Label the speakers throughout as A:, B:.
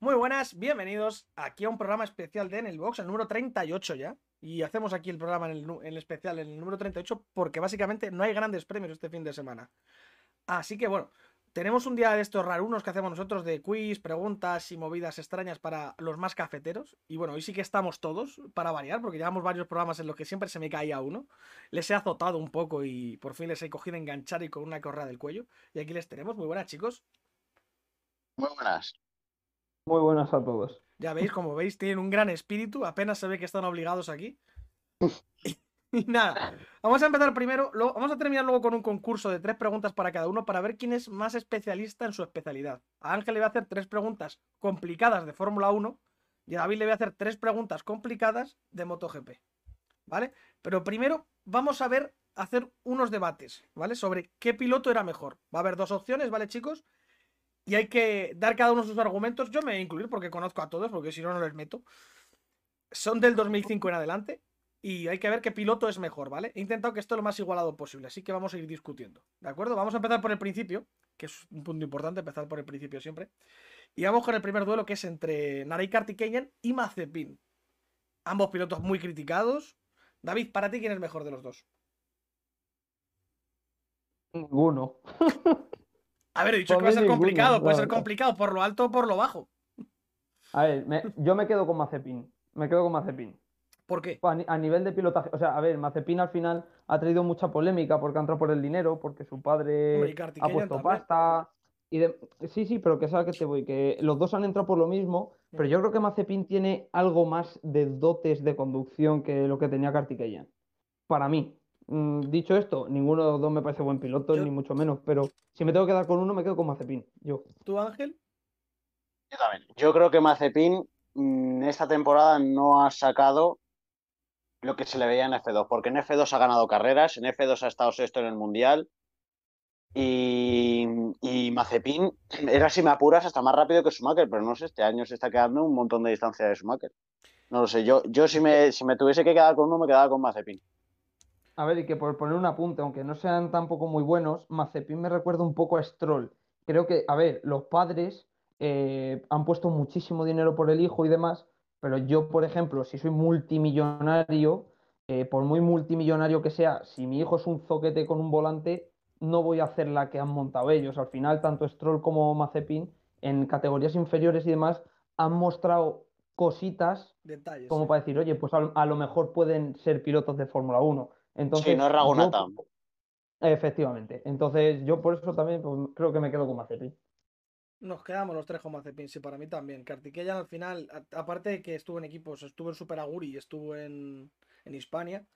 A: Muy buenas, bienvenidos aquí a un programa especial de En el Box, el número 38 ya. Y hacemos aquí el programa en el, nu- en el especial, en el número 38, porque básicamente no hay grandes premios este fin de semana. Así que bueno, tenemos un día de estos rarunos que hacemos nosotros de quiz, preguntas y movidas extrañas para los más cafeteros. Y bueno, hoy sí que estamos todos, para variar, porque llevamos varios programas en los que siempre se me caía uno. Les he azotado un poco y por fin les he cogido enganchar y con una correa del cuello. Y aquí les tenemos. Muy buenas, chicos.
B: Muy buenas.
C: Muy buenas a todos.
A: Ya veis, como veis, tienen un gran espíritu. Apenas se ve que están obligados aquí. Y nada, vamos a empezar primero, luego- vamos a terminar luego con un concurso de tres preguntas para cada uno para ver quién es más especialista en su especialidad. A Ángel le voy a hacer tres preguntas complicadas de Fórmula 1 y a David le voy a hacer tres preguntas complicadas de MotoGP. ¿Vale? Pero primero vamos a ver, hacer unos debates, ¿vale? Sobre qué piloto era mejor. Va a haber dos opciones, ¿vale, chicos? Y hay que dar cada uno sus argumentos. Yo me voy a incluir porque conozco a todos, porque si no, no les meto. Son del 2005 en adelante. Y hay que ver qué piloto es mejor, ¿vale? He intentado que esto lo más igualado posible, así que vamos a ir discutiendo. ¿De acuerdo? Vamos a empezar por el principio, que es un punto importante, empezar por el principio siempre. Y vamos con el primer duelo, que es entre Narey Kartikeyan y Mazepin. Ambos pilotos muy criticados. David, para ti, ¿quién es mejor de los dos?
C: Ninguno.
A: A ver, he dicho
C: Por
A: que va a
C: mí
A: ser
C: ninguno,
A: complicado, puede
C: la
A: ser
C: verdad.
A: complicado, por lo alto o por lo bajo.
C: A ver, me- yo me quedo con Mazepin. Me quedo con Mazepin.
A: ¿Por qué?
C: A, ni- a nivel de pilotaje, o sea, a ver, Mazepin al final ha traído mucha polémica porque ha entrado por el dinero, porque su padre
A: Hombre, y
C: ha
A: Kartikeyan
C: puesto
A: también.
C: pasta. Y de- Sí, sí, pero que sabes que te voy, que los dos han entrado por lo mismo,
A: Mm.
C: pero yo creo que Mazepin tiene algo más de dotes de conducción que lo que tenía Kartikeyan. Para mí. Mm, dicho esto, ninguno de los dos me parece buen piloto,
A: Yo-
C: ni mucho menos, pero si me tengo que dar con uno, me quedo con Mazepin. Yo.
A: ¿Tú, Ángel?
B: Yo también. Yo creo que Mazepin mm, esta temporada no ha sacado lo que se le veía en F2, porque en F2 ha ganado carreras, en F2 ha estado sexto en el Mundial y, y Mazepin era, si me apuras, hasta más rápido que Schumacher, pero no sé, este año se está quedando un montón de distancia de Schumacher. No lo sé, yo, yo si, me, si me tuviese que quedar con uno, me quedaba con Mazepin.
C: A ver, y que por poner un apunte, aunque no sean tampoco muy buenos, Mazepin me recuerda un poco a Stroll. Creo que, a ver, los padres eh, han puesto muchísimo dinero por el hijo y demás, pero yo, por ejemplo, si soy multimillonario, eh, por muy multimillonario que sea, si mi hijo es un zoquete con un volante, no voy a hacer la que han montado ellos. Al final, tanto Stroll como Mazepin, en categorías inferiores y demás, han mostrado cositas
A: Detalles. ¿eh?
C: como
A: sí.
C: para decir, oye, pues a, lo- a lo mejor pueden ser pilotos de Fórmula 1. Entonces,
B: Sí, no es Ragonata.
C: yo- efectivamente. Entonces, yo por eso también pues, creo que me quedo con Mazepin.
A: Nos quedamos los tres con Mazepin, sí, para mí también. Kartikeyan al final, a- aparte de que estuvo en equipos, estuvo en Super Aguri, estuvo en, en Hispania,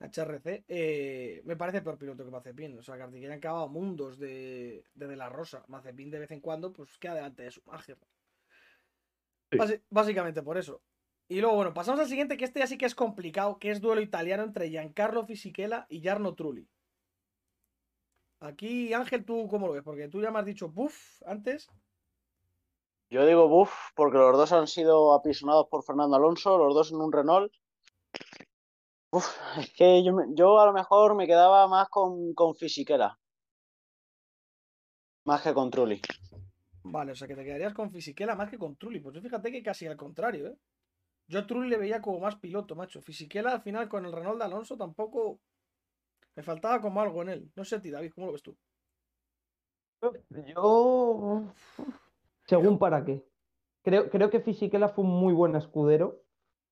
A: HRC, eh, me parece peor piloto que Mazepin. O sea, Kartikeyan que ha acabado mundos de, de De La Rosa. Mazepin de vez en cuando, pues queda delante de su ángel.
D: Sí.
A: Basi- básicamente por eso. Y luego, bueno, pasamos al siguiente, que este ya sí que es complicado, que es duelo italiano entre Giancarlo Fisichella y Jarno Trulli. Aquí, Ángel, ¿tú cómo lo ves? Porque tú ya me has dicho puff antes.
B: Yo digo buff porque los dos han sido apisonados por Fernando Alonso, los dos en un Renault. Uf, es que yo, me- yo a lo mejor me quedaba más con, con Fisichella. Más que con Trulli.
A: Vale, o sea que te quedarías con Fisichella más que con Trulli. Pues yo fíjate que casi al contrario, ¿eh? Yo a Trulli le veía como más piloto, macho. Fisichella al final con el Renault de Alonso tampoco. Me faltaba como algo en él. No sé a ti, David, ¿cómo lo ves tú?
C: Yo, según para qué. Creo, creo que Fisichella fue un muy buen escudero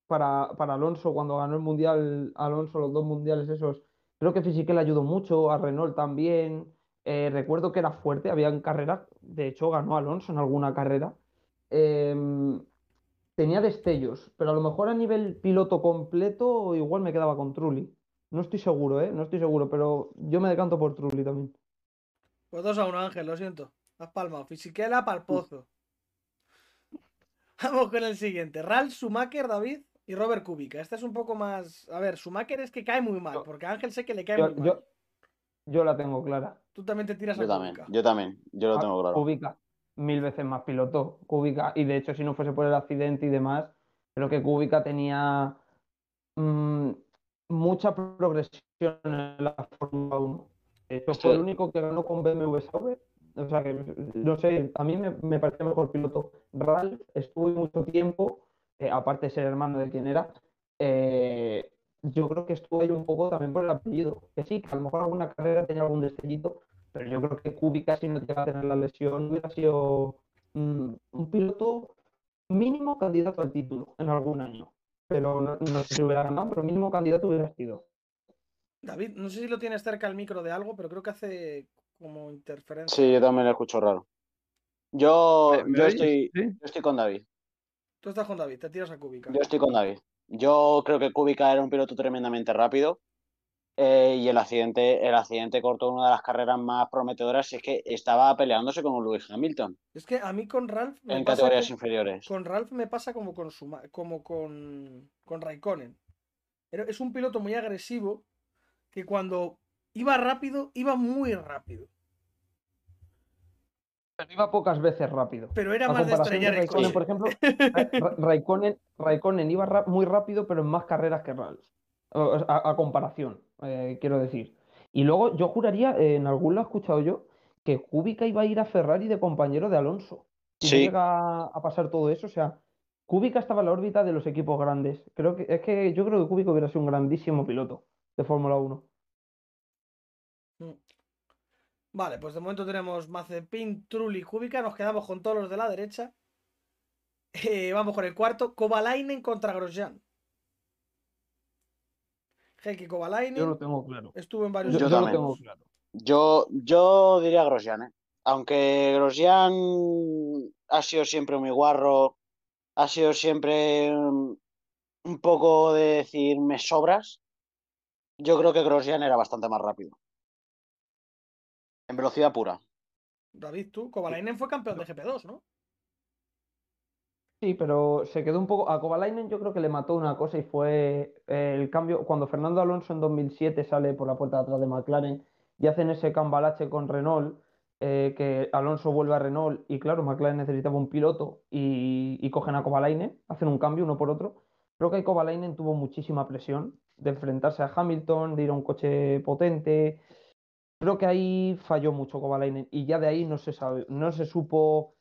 C: para, para Alonso cuando ganó el Mundial, Alonso, los dos mundiales esos. Creo que Fisichella ayudó mucho, a Renault también. Eh, recuerdo que era fuerte, había en carreras, de hecho ganó Alonso en alguna carrera. Em, tenía destellos, pero a lo mejor a nivel piloto completo igual me quedaba con Trulli. No estoy seguro, ¿eh? No estoy seguro, pero yo me decanto por Trulli también.
A: Pues dos a uno, Ángel, lo siento. Has palmado. Fisichella pa'l pozo. Vamos con el siguiente. Ralf Schumacher, David y Robert Kubica. Este es un poco más. A ver, Schumacher es que cae muy mal,
C: Yo-
A: porque a Ángel sé que le cae
C: yo-
A: muy mal.
C: yo- Yo la tengo clara.
A: Tú también te tiras a
B: Yo también,
A: Kubica.
B: yo también, yo
C: Ah,
B: lo tengo claro.
C: Kubica, mil veces más piloto, Kubica. Y de hecho, si no fuese por el accidente y demás, creo que Kubica tenía mm, mucha progresión en la Fórmula 1. De hecho, fue
B: Estoy-
C: el único que ganó con BMW, ¿sabes? O sea, que no sé, a mí me, me parece mejor piloto. Ralf estuvo mucho tiempo, eh, aparte de ser hermano de quien era, eh, yo creo que estuvo ahí un poco también por el apellido. Que sí, que a lo mejor alguna carrera tenía algún destellito, pero yo creo que Kubica, si no llega a tener la lesión, hubiera sido mm, un piloto mínimo candidato al título en algún año. Pero no, no sé si hubiera ganado, pero mínimo candidato hubiera sido.
A: David, no sé si lo tienes cerca el micro de algo, pero creo que hace como interferencia.
B: Sí, yo también lo escucho raro. Yo,
D: ¿Me- me
B: yo,
D: oyes?
B: estoy,
D: Sí.
B: yo estoy con David.
A: Tú estás con David, te tiras a Kubica.
B: Yo estoy con David. Yo creo que Kubica era un piloto tremendamente rápido eh, y el accidente, el accidente cortó una de las carreras más prometedoras y es que estaba peleándose con Lewis Hamilton
A: Es que a mí con Ralph me
B: en
A: pasa
B: categorías
A: que-
B: inferiores.
A: con Ralph me pasa como con Suma- como con, con Raikkonen. Pero es un piloto muy agresivo que cuando iba rápido, iba muy rápido.
C: Pero iba pocas veces rápido.
A: Pero era
C: A
A: más de
C: comparación de
A: estrellar el coche.
C: Raikkonen, por ejemplo, Ra- Ra- Raikkonen, Raikkonen iba ra- muy rápido, pero en más carreras que Ralf. O- o- A, a comparación, eh, quiero decir. Y luego yo juraría, eh, en algún lo he escuchado yo, que Kubica iba a ir a Ferrari de compañero de Alonso. Si no
B: Sí.
C: llega a, a pasar todo eso, o sea, Kubica estaba en la órbita de los equipos grandes. Creo que, es que yo creo que Kubica hubiera sido un grandísimo piloto de Fórmula 1.
A: Vale, pues de momento tenemos Mazepin, Trulli, Kubica. Nos quedamos con todos los de la derecha. Eh, vamos con el cuarto. Kovalainen contra Grosjean. Heikki Kovalainen
C: Yo lo tengo claro.
A: estuvo en
C: Yo,
A: varios
B: Yo
C: yo lo
A: equipos.
B: también.
C: tengo claro.
B: Yo, yo diría Grosjean, ¿eh? Aunque Grosjean ha sido siempre muy guarro, ha sido siempre mm, un poco de decir me sobras, yo creo que Grosjean era bastante más rápido. En velocidad pura.
A: David, tú. Kovalainen fue campeón de GP2, ¿no?
C: Sí, pero se quedó un poco. A Kovalainen yo creo que le mató una cosa y fue eh, el cambio. Cuando Fernando Alonso en 2007 sale por la puerta de atrás de McLaren y hacen ese cambalache con Renault, eh, que Alonso vuelve a Renault y claro, McLaren necesitaba un piloto y, y cogen a Kovalainen, hacen un cambio uno por otro. Creo que ahí Kovalainen tuvo muchísima presión de enfrentarse a Hamilton, de ir a un coche potente. Creo que ahí falló mucho Kovalainen y ya de ahí no se sabe, no se supo.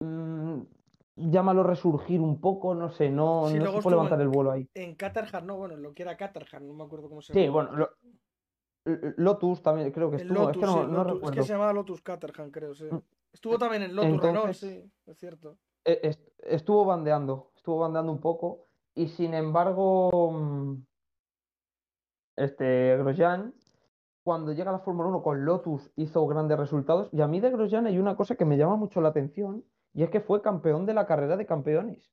C: mm, llámalo resurgir un poco, no sé, no,
A: Sí,
C: no
A: luego
C: supo
A: estuvo
C: levantar
A: en-
C: el vuelo ahí.
A: En Caterham, no, bueno, en lo que era Caterham, no me acuerdo cómo se
C: Sí,
A: llamaba.
C: bueno, lo- L- Lotus también creo que
A: En
C: estuvo, es
A: Lotus,
C: que no,
A: sí,
C: no
A: Lotus. Es que
C: recuerdo.
A: se llamaba Lotus Caterham, creo, sí.
C: Mm.
A: Estuvo también en Lotus
C: Entonces-
A: Renault, sí, es cierto.
C: Eh, est- Estuvo bandeando, estuvo bandeando un poco y sin embargo, mm, este Grosjean, cuando llega a la Fórmula 1 con Lotus hizo grandes resultados y a mí de Grosjean hay una cosa que me llama mucho la atención y es que fue campeón de la carrera de campeones.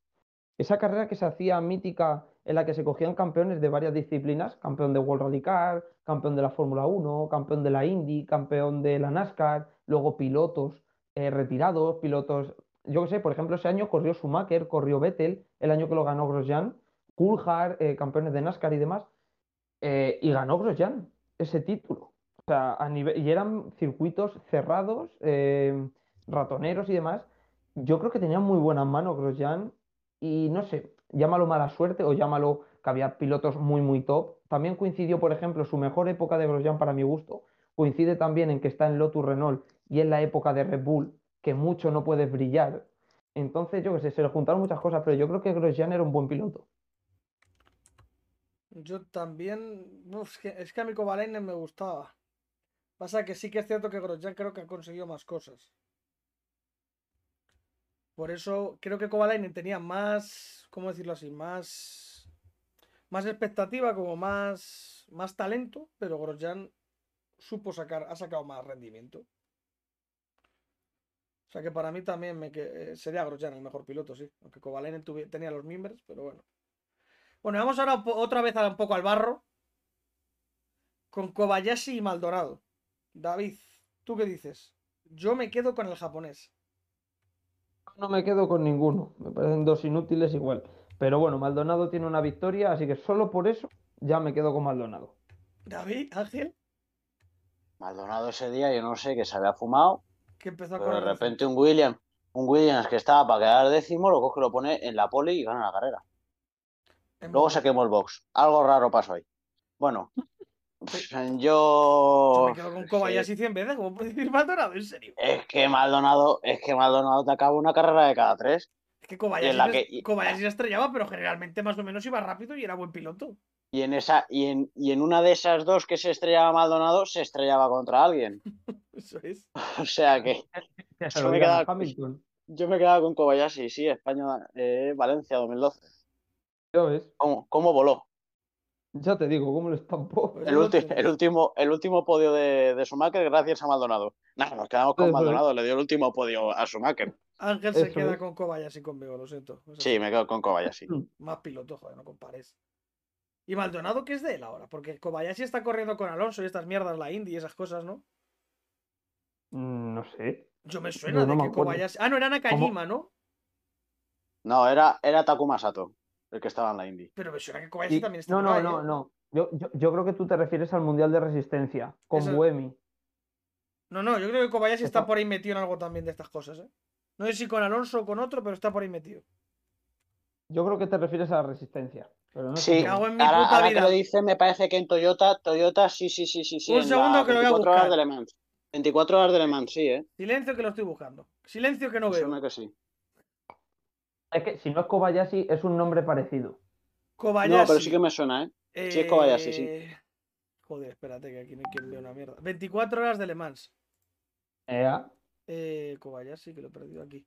C: Esa carrera que se hacía mítica en la que se cogían campeones de varias disciplinas, campeón de World Rally Car, campeón de la Fórmula 1, campeón de la Indy, campeón de la NASCAR, luego pilotos eh, retirados, pilotos, yo qué sé, por ejemplo, ese año corrió Schumacher, corrió Vettel, el año que lo ganó Grosjean, Coulthard, eh, campeones de NASCAR y demás, eh, y ganó Grosjean ese título. O sea, a nivel, y eran circuitos cerrados, eh, ratoneros y demás. Yo creo que tenía muy buenas manos Grosjean y no sé, llámalo mala suerte o llámalo que había pilotos muy, muy top. También coincidió, por ejemplo, su mejor época de Grosjean para mi gusto, coincide también en que está en Lotus Renault y en la época de Red Bull, que mucho no puedes brillar. Entonces, yo qué sé, se le juntaron muchas cosas, pero yo creo que Grosjean era un buen piloto.
A: Yo también. no, es, que, es que a mi Kovalainen me gustaba. Pasa que sí que es cierto que Grosjean creo que ha conseguido más cosas. Por eso creo que Kovalainen tenía más. ¿Cómo decirlo así? Más. Más expectativa, como más. Más talento, pero Grosjean supo sacar. Ha sacado más rendimiento. O sea que para mí también me que- eh, sería Grosjean el mejor piloto, sí. Aunque Kovalainen tuvi- tenía los mimbres, pero bueno. Bueno, vamos ahora un po- otra vez a- un poco al barro. Con Kobayashi y Maldonado. David, ¿tú qué dices? Yo me quedo con el japonés.
C: No me quedo con ninguno, me parecen dos inútiles igual. Pero bueno, Maldonado tiene una victoria, así que solo por eso ya me quedo con Maldonado.
A: David, Ángel,
B: Maldonado ese día, yo no sé que se había fumado,
A: que empezó a
B: pero Pues de
A: correr.
B: repente un Williams, un Williams que estaba para quedar décimo, lo coge, lo pone en la pole y gana la carrera.
A: en
B: Luego
A: box.
B: saquemos el box. Algo raro pasó ahí. Bueno, Yo.
A: me quedo con Kobayashi 100 veces, ¿cómo puede decir Maldonado? En serio.
B: Es que Maldonado, es que Maldonado te acaba una carrera de cada tres.
A: Es que Kobayashi,
B: en la
A: no-
B: que-
A: Kobayashi se estrellaba, pero generalmente más o menos iba rápido y era buen piloto.
B: Y en esa, y en, y en una de esas dos que se estrellaba Maldonado, se estrellaba contra alguien.
A: Eso es.
B: O sea que
C: Ya
B: se
C: se lo
B: me
C: dirán a
B: queda-
C: Hamilton.
B: yo me quedaba con Kobayashi, sí, España, eh, Valencia 2012.
C: Ya ves,
B: ¿Cómo, cómo voló?
C: ya te digo, cómo lo estampó.
A: Pues
B: El,
A: no
B: ulti-
A: te-
B: el último, el último podio de, de Schumacher gracias a Maldonado. Nada, nos quedamos con
A: Pues
C: Eso es.
B: Maldonado, le dio el último podio a Schumacher.
A: Ángel se
C: Eso
A: queda
C: es.
A: con Kobayashi conmigo, lo siento. Es así.
B: Sí, me quedo con Kobayashi.
A: Más piloto, joder, no compares. Y Maldonado, que es de él ahora? Porque Kobayashi está corriendo con Alonso y estas mierdas, la Indy y esas cosas, ¿no?
C: Mm, No sé.
A: Yo me suena
C: no
A: de
C: me
A: que
C: acuerdo.
A: Kobayashi. Ah, no, era Nakajima, ¿no?
B: No, era, era Takuma Sato, el que estaba en la Indy.
A: Pero me suena que Kobayashi
C: Y-
A: Pues también está
C: No,
A: por
C: no,
A: ahí,
C: no,
A: ¿eh?
C: no. Yo, yo, yo creo que tú te refieres al Mundial de Resistencia, con
A: Eso-
C: Buemi.
A: No, no, yo creo que Kobayashi
C: Está-
A: está por ahí metido en algo también de estas cosas, ¿eh? No sé si con Alonso o con otro, pero está por ahí metido.
C: Yo creo que te refieres a la Resistencia. Pero no
B: Sí,
C: sé.
A: cago en mi
B: ahora,
A: puta
B: ahora
A: vida.
B: que lo dice, me parece que en Toyota, Toyota, sí, sí, sí, sí, sí.
A: Un
B: en
A: segundo
B: la
A: que lo voy a
B: 24 horas
A: buscar.
B: de Le Mans. 24 horas de Le Mans, sí, ¿eh?
A: Silencio que lo estoy buscando. Silencio que no
B: Me
A: veo.
B: Pues suena que sí.
C: Es que si no es Kobayashi, es un nombre parecido.
A: Kobayashi.
B: No, pero sí que me suena, ¿eh? sí es Kobayashi, sí.
A: eh, Joder, espérate, que aquí no hay quien vea una mierda. 24 horas de Le Mans.
C: Ea.
A: Eh, Kobayashi, que lo he perdido aquí.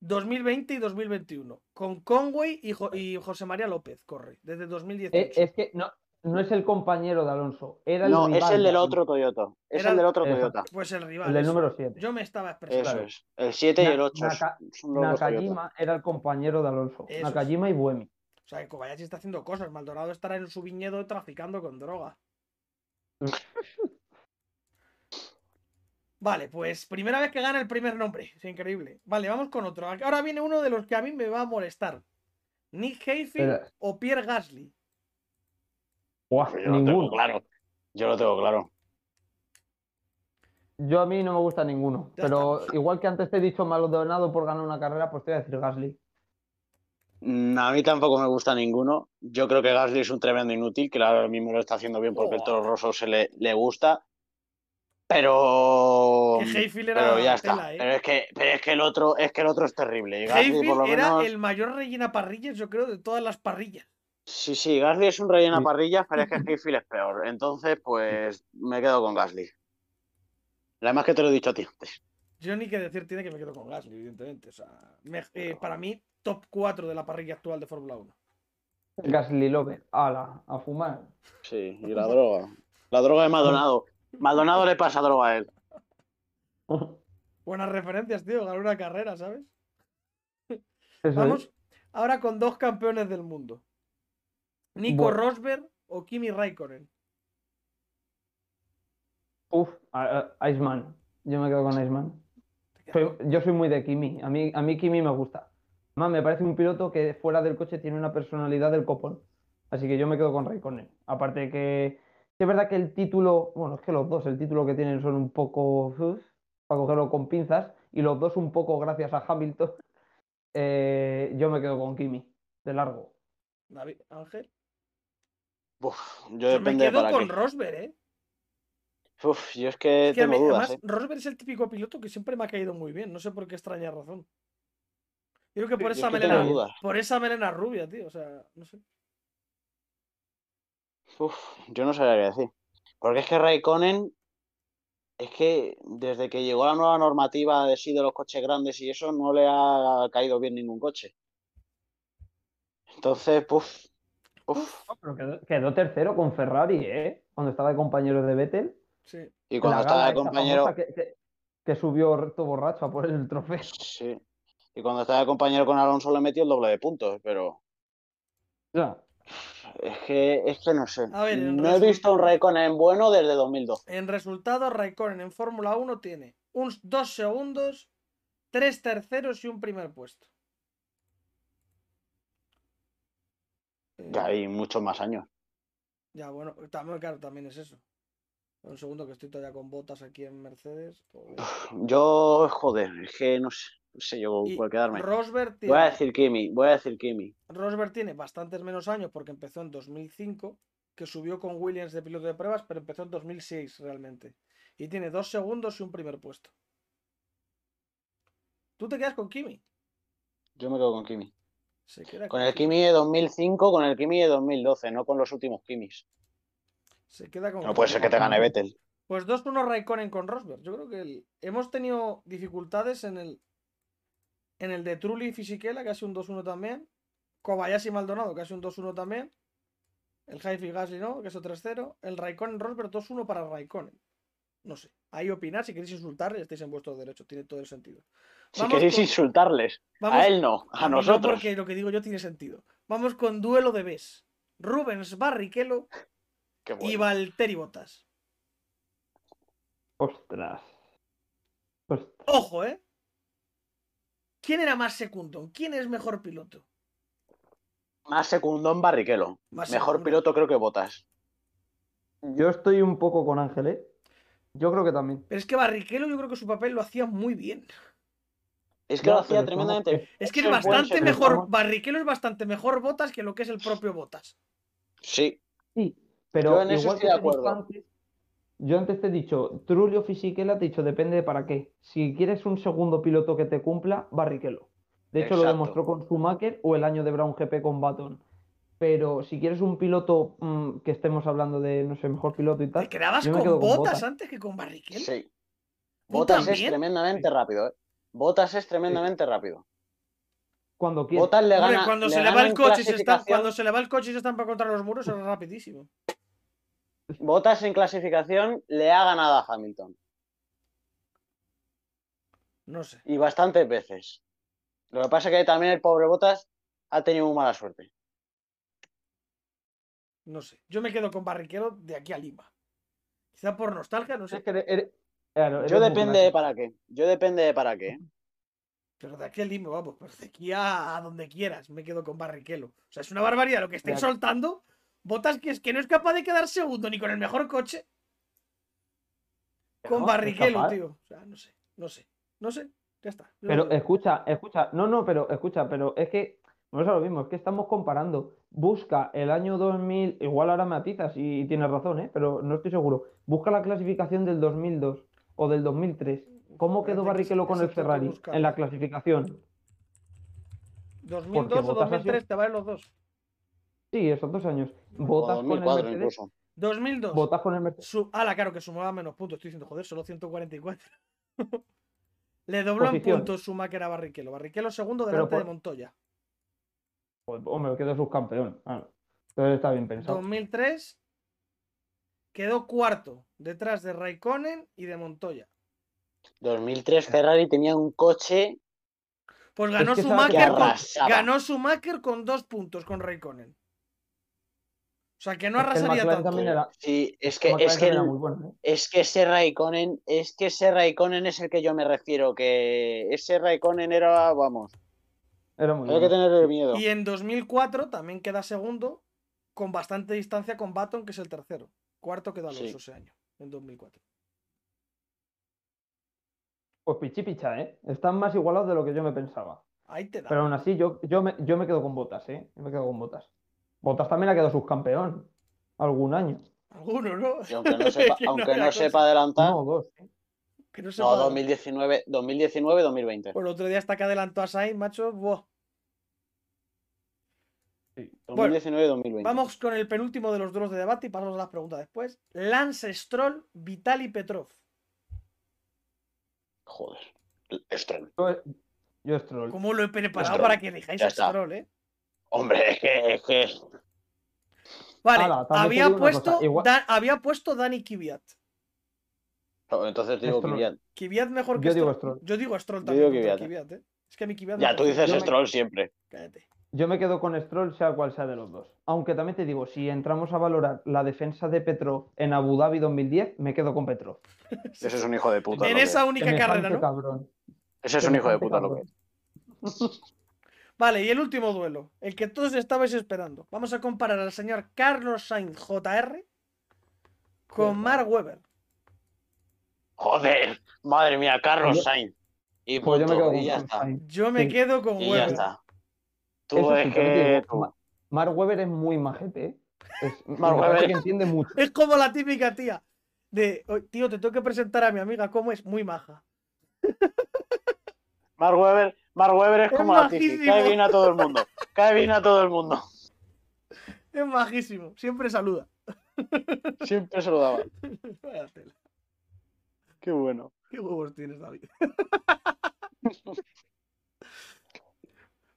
A: 2020 y 2021. Con Conway y, Jo- y José María López, corre. Desde
C: Eh,
A: 2018.
C: es que no, no es el compañero de Alonso, era el
B: No,
C: rival
B: es el
C: de
B: del
C: Alonso,
B: otro Toyota. Es
A: Era-
B: el del otro
C: Eso.
B: Toyota.
A: Pues el rival.
C: el del
A: eso.
C: número 7.
A: Yo me estaba expresando.
B: Eso es. El 7 y
C: Na-
B: el 8 son
C: Naka-
B: los dos Toyota.
C: Nakajima era el compañero de Alonso,
A: Eso es.
C: Nakajima y Buemi.
A: O sea, que Kobayashi está haciendo cosas. Maldonado estará en su viñedo traficando con droga. Vale, pues primera vez que gana el primer nombre. Es increíble. Vale, vamos con otro. Ahora viene uno de los que a mí me va a molestar. Nick Hayfield
C: Espera.
A: o Pierre Gasly.
C: Buah,
B: Pues Yo lo tengo
C: ninguno.
B: claro. Yo lo tengo claro.
C: Yo a mí no me gusta ninguno,
A: Ya
C: pero igual que antes te he dicho Maldonado por ganar una carrera, pues te voy a decir Gasly.
B: Mm, A mí tampoco me gusta ninguno. Yo creo que Gasly es un tremendo inútil, que ahora mismo lo está haciendo bien porque el toro roso se le, le gusta. Pero. mm,
A: Que Hayfield era
B: Oh, Pero ya
A: la
B: está.
A: tela, ¿eh?
B: Pero es que, pero es que el otro, es que el otro es terrible. Y Gasly, por lo
A: Hayfield era
B: menos.
A: el mayor rellena parrillas, yo creo, de todas las parrillas.
B: Sí, sí, Gasly es un relleno a
A: Mm.
C: Sí.
B: parrillas, pero es que Hayfield es peor. Entonces, pues me quedo con Gasly. Además que te lo he dicho a ti antes.
A: Yo ni que decir tiene que me quedo con Gasly, evidentemente. O sea, me- eh, para mí, top 4 de la parrilla actual de Fórmula 1.
C: Gasly Lover, ala, a fumar.
B: Sí, y la droga. La droga de Maldonado. Maldonado le pasa droga a él.
A: Buenas referencias, tío. Ganó una carrera, ¿sabes?
C: Eso
A: Vamos
C: es.
A: ahora con dos campeones del mundo. Nico
C: Bueno.
A: Rosberg o Kimi Raikkonen.
C: Uf, a- a- Iceman. Yo me quedo con Iceman. Soy- yo soy muy de Kimi. A mí, a mí Kimi me gusta. Más me parece un piloto que fuera del coche tiene una personalidad del copón. Así que yo me quedo con Raikkonen. Aparte que sí es verdad que el título, bueno, es que los dos, el título que tienen son un poco uf, para cogerlo con pinzas y los dos un poco gracias a Hamilton. Eh, yo me quedo con Kimi, de largo.
A: David, Ángel.
B: Uf, yo
A: Yo me
B: depende de
A: quedo
B: para
A: con
B: qué.
A: Rosberg, ¿eh?
B: Uf, yo es que
A: Que a mí-
B: tengo dudas,
A: además,
B: ¿eh?
A: Rosberg es el típico piloto que siempre me ha caído muy bien. No sé por qué extraña razón. Yo creo que por
B: yo
A: esa
B: es que
A: melena.
B: tengo dudas.
A: Por esa melena rubia, tío. O sea, no sé.
B: Uf, yo no sabría qué decir. Porque es que Raikkonen, es que desde que llegó la nueva normativa de sí de los coches grandes y eso, no le ha caído bien ningún coche. Entonces, puf, uf.
C: Pero quedó, quedó tercero con Ferrari, ¿eh? Cuando estaba de compañero de Vettel.
A: Sí.
B: Y cuando
C: La
B: estaba
C: gala
B: de
C: esa
B: compañero,
C: famosa que, que- que subió todo borracho a por el trofeo.
B: sí. Y cuando estaba de compañero con Alonso le metió el doble de puntos, pero
C: Ya.
B: es que, es que no sé.
A: A ver, en
B: No he visto un Raikkonen bueno desde 2012.
A: En resultados, Raikkonen en Fórmula 1 tiene un, dos segundos, tres terceros y un primer puesto. Eh,
B: Ya hay muchos más años.
A: Ya, bueno, también, claro, también es eso. Un segundo que estoy todavía con botas aquí en Mercedes. Joder.
B: Yo, joder, es que no sé, no sé yo
A: Y
B: por quedarme.
A: Rosberg
B: Voy
A: tiene,
B: a decir Kimi, voy a decir Kimi.
A: Rosberg tiene bastantes menos años porque empezó en 2005 que subió con Williams de piloto de pruebas, pero empezó en 2006 realmente. Y tiene dos segundos y un primer puesto. ¿Tú te quedas con Kimi?
B: Yo me quedo con Kimi.
A: Se queda
B: Con el Kimi de 2005, con el Kimi de 2012, no con los últimos Kimis.
A: Se queda con
B: No puede ser que te gane Vettel.
A: Pues 2-1 Raikkonen con Rosberg. Yo creo que el- hemos tenido dificultades en el en el de Trulli y Fisichella, casi un 2-1 también. Kobayashi Maldonado, casi un 2-1 también. El Haifi Gasly, ¿no? Que es 3-0. El Raikkonen Rosberg 2-1 para Raikkonen. No sé. Ahí opinar, si queréis insultar, estáis en vuestro derecho. Tiene todo el sentido.
B: Si
A: Vamos
B: queréis
A: con-
B: insultarles, a él no, a
A: mí no,
B: nosotros.
A: porque lo que digo yo tiene sentido. Vamos con duelo de Bes. Rubens Barrichello
B: Qué
A: y
B: bueno.
A: Valtteri Bottas.
C: Ostras. Ostras.
A: Ojo, ¿eh? ¿Quién era más secundón? ¿Quién es mejor piloto?
B: Más secundón Barrichello.
A: Más
B: Mejor
A: secundón.
B: piloto creo que Botas.
C: Yo estoy un poco con Ángel, ¿eh? Yo creo que también.
A: Pero es que Barrichello yo creo que su papel lo hacía muy bien.
B: Es que
C: No,
B: lo hacía
C: pero estamos
B: tremendamente. bien.
A: Es que es
B: Sí,
A: bastante
B: bueno,
C: pero
A: mejor,
C: estamos-
A: Barrichello es bastante mejor Botas que lo que es el propio Botas.
B: Sí,
C: Sí, pero
B: Yo en eso
C: igual
B: estoy
C: que
B: de
C: te he dicho
B: acuerdo.
C: antes- yo antes te he dicho, Trulio Fisichella, te he dicho, depende de para qué. Si quieres un segundo piloto que te cumpla, Barrichello. De hecho, lo
B: Exacto.
C: demostró con Schumacher o el año de Brown GP con Baton. Pero si quieres un piloto mm, que estemos hablando de, no sé, mejor piloto y
A: Te
C: tal,
A: quedabas
C: yo me
A: con,
C: quedo con
A: Botas
C: Bottas.
A: antes que con Barrichello.
B: sí.
A: ¿Tú
B: Botas es
A: también?
B: tremendamente rápido, ¿eh? Botas es tremendamente rápido.
C: cuando quieres.
B: Botas le
A: Hombre,
B: gana.
A: cuando
B: le
A: se le
B: gana
A: va
B: en
A: el coche y se está,
B: clasificación-
A: cuando se le va el coche y se estampa contra los muros, es rapidísimo.
B: Botas en clasificación le ha ganado a Hamilton.
A: No sé.
B: Y bastantes veces. Lo que pasa es que también el pobre Botas ha tenido muy mala suerte.
A: No sé. Yo me quedo con Barriquero de aquí a Lima. Quizá por nostalgia, no
C: Pues Es
A: sé.
C: que eres- eres- claro, eres
B: Yo
C: muy
B: depende de
C: clásico.
B: para qué. Yo depende de para qué. ¿eh?
A: Pero de aquí a Lima, vamos. Pero de aquí a, a donde quieras, me quedo con Barriquelo. O sea, es una barbaridad lo que estén
C: Ya.
A: soltando. Botas que es que no es capaz de quedar segundo ni con el mejor coche. Con
C: No, es
A: Barriquelo,
C: capaz.
A: tío. O sea, no sé. No sé. No sé. Ya está. Yo
C: Pero eh,
A: no sé.
C: escucha, escucha, no, no, pero escucha, pero es que no es lo mismo, es que estamos comparando. Busca el año 2000, igual ahora me atizas y tienes razón, ¿eh? pero no estoy seguro. Busca la clasificación del 2002 o del 2003. ¿Cómo quedó
A: Espérate que
C: Barrichello con
A: ese tengo
C: el
A: que
C: Ferrari
A: buscarlo.
C: en la clasificación?
A: 2002 o
C: Bottas ha sido-
A: 2003, te valen los dos.
C: Sí, esos dos años.
B: O
C: Botas con el
B: 2004
C: Mercedes,
B: incluso.
A: 2002.
C: botas con el Mercedes.
A: Su... Ala, claro, que sumaba menos puntos. Estoy diciendo, joder, solo 144. Le dobló en
C: Posición.
A: puntos Schumacher a Barrichello. Barrichello segundo
C: Pero
A: delante de
C: por-
A: Montoya.
C: Joder, Pues, Hombre, quedó subcampeón. Claro. Entonces está bien pensado.
A: 2003 quedó cuarto detrás de Raikkonen y de Montoya.
B: 2003 Ferrari tenía un coche
A: Pues ganó
C: que sabe que
A: Schumacher con...
B: arrasaba.
A: ganó Schumacher con dos puntos con Raikkonen. O sea que no
C: Es que el
A: arrasaría
C: McLaren
A: tanto. ¿eh?
C: también era,
B: Sí, es
C: el
B: que,
C: McLaren
B: es que,
C: también era muy bueno, ¿eh?
B: es que ese Raikkonen, es que ese Raikkonen es el que yo me refiero, que ese Raikkonen era, vamos,
C: Era muy
B: hay que
C: bueno.
B: tenerle miedo.
A: Y en 2004 también queda segundo con bastante distancia con Baton, que es el tercero. Cuarto quedó Alonso
B: Sí.
A: ese año, en 2004.
C: Pues pichi picha, ¿eh? Están más igualados de lo que yo me pensaba.
A: Ahí te da.
C: Pero aún así, yo, yo, me, yo me quedo con Botas, ¿eh? Yo me quedo con Botas. Botas también ha quedado subcampeón algún año.
A: Alguno, ¿no?
B: Y aunque no sepa,
A: Que no
B: aunque
A: era
B: no sepa adelantar,
A: Ah.
B: no,
C: Uno o dos, ¿eh?
A: Que no sepa.
B: 2019, 2019, 2020.
A: Por el otro día hasta que adelantó a Sainz, macho. buah.
B: 2019, 2020.
A: Vamos con el penúltimo de los duelos de debate y pasamos a las preguntas después. Lance Stroll, Vitali Petrov.
B: Joder. Stroll.
C: Yo, yo es troll.
A: ¿Cómo lo he preparado
B: Stroll.
A: para que elijáis
B: Ya
A: a
B: está.
A: Stroll, eh?
B: Hombre, es que, es que
A: Vale,
C: Ala, también te
A: había
C: digo una cosa,
A: puesto,
C: igual-
A: Dan- había puesto Dani Kiviat.
B: entonces digo que
C: Stroll.
B: ya,
A: Kiviat mejor que
C: Yo digo Stroll.
A: Yo digo Stroll
B: Yo
A: también.
B: digo
A: contra
B: Kvyat,
A: Kvyat, eh. Es que a mi Kvyat me
B: ya tú
A: parece-
B: dices
A: yo me-
B: Stroll siempre.
A: Cállate.
C: Yo me quedo con Stroll, sea cual sea de los dos. Aunque también te digo, si entramos a valorar la defensa de Petrov en Abu Dhabi 2010, me quedo con Petrov.
B: Ese es un hijo de puta.
A: en
B: lo que
A: esa
B: es.
A: única
C: Semejante
A: carrera, ¿no?
C: cabrón.
B: Ese es un hijo de
C: Semejante
B: puta lo que
C: cabrón.
B: es.
A: Vale, y el último duelo, el que todos estabais esperando. Vamos a comparar al señor Carlos Sainz JR con Mark Webber.
B: Joder, madre mía, Carlos
C: Pues Yo-
B: Sainz. Y
C: Pues yo me
B: punto,
C: quedo
B: y
C: con
B: ya
C: Carlos
B: está.
C: Sainz.
A: Yo me
C: Sí.
A: quedo con
B: Y ya
A: Webber.
B: está. Tú
C: Eso sí,
B: es
C: también te
B: que
C: digo,
B: tú.
C: Ma- Mark Webber es muy majete, ¿eh? Es, me
B: Vamos a
C: parece
B: ver.
C: que entiende mucho.
A: Es como la típica tía de, "Oye, tío, te tengo que presentar a mi amiga, ¿cómo es? Muy maja.
B: Mark Webber, Mark Webber es
A: Es
B: como la Titi,
A: majísimo.
B: cae bien a todo el mundo. Cae bien a todo el mundo.
A: Es majísimo, siempre saluda.
B: Siempre se lo daba.
A: Vaya tela,
B: Qué bueno.
A: Qué huevos tienes, David.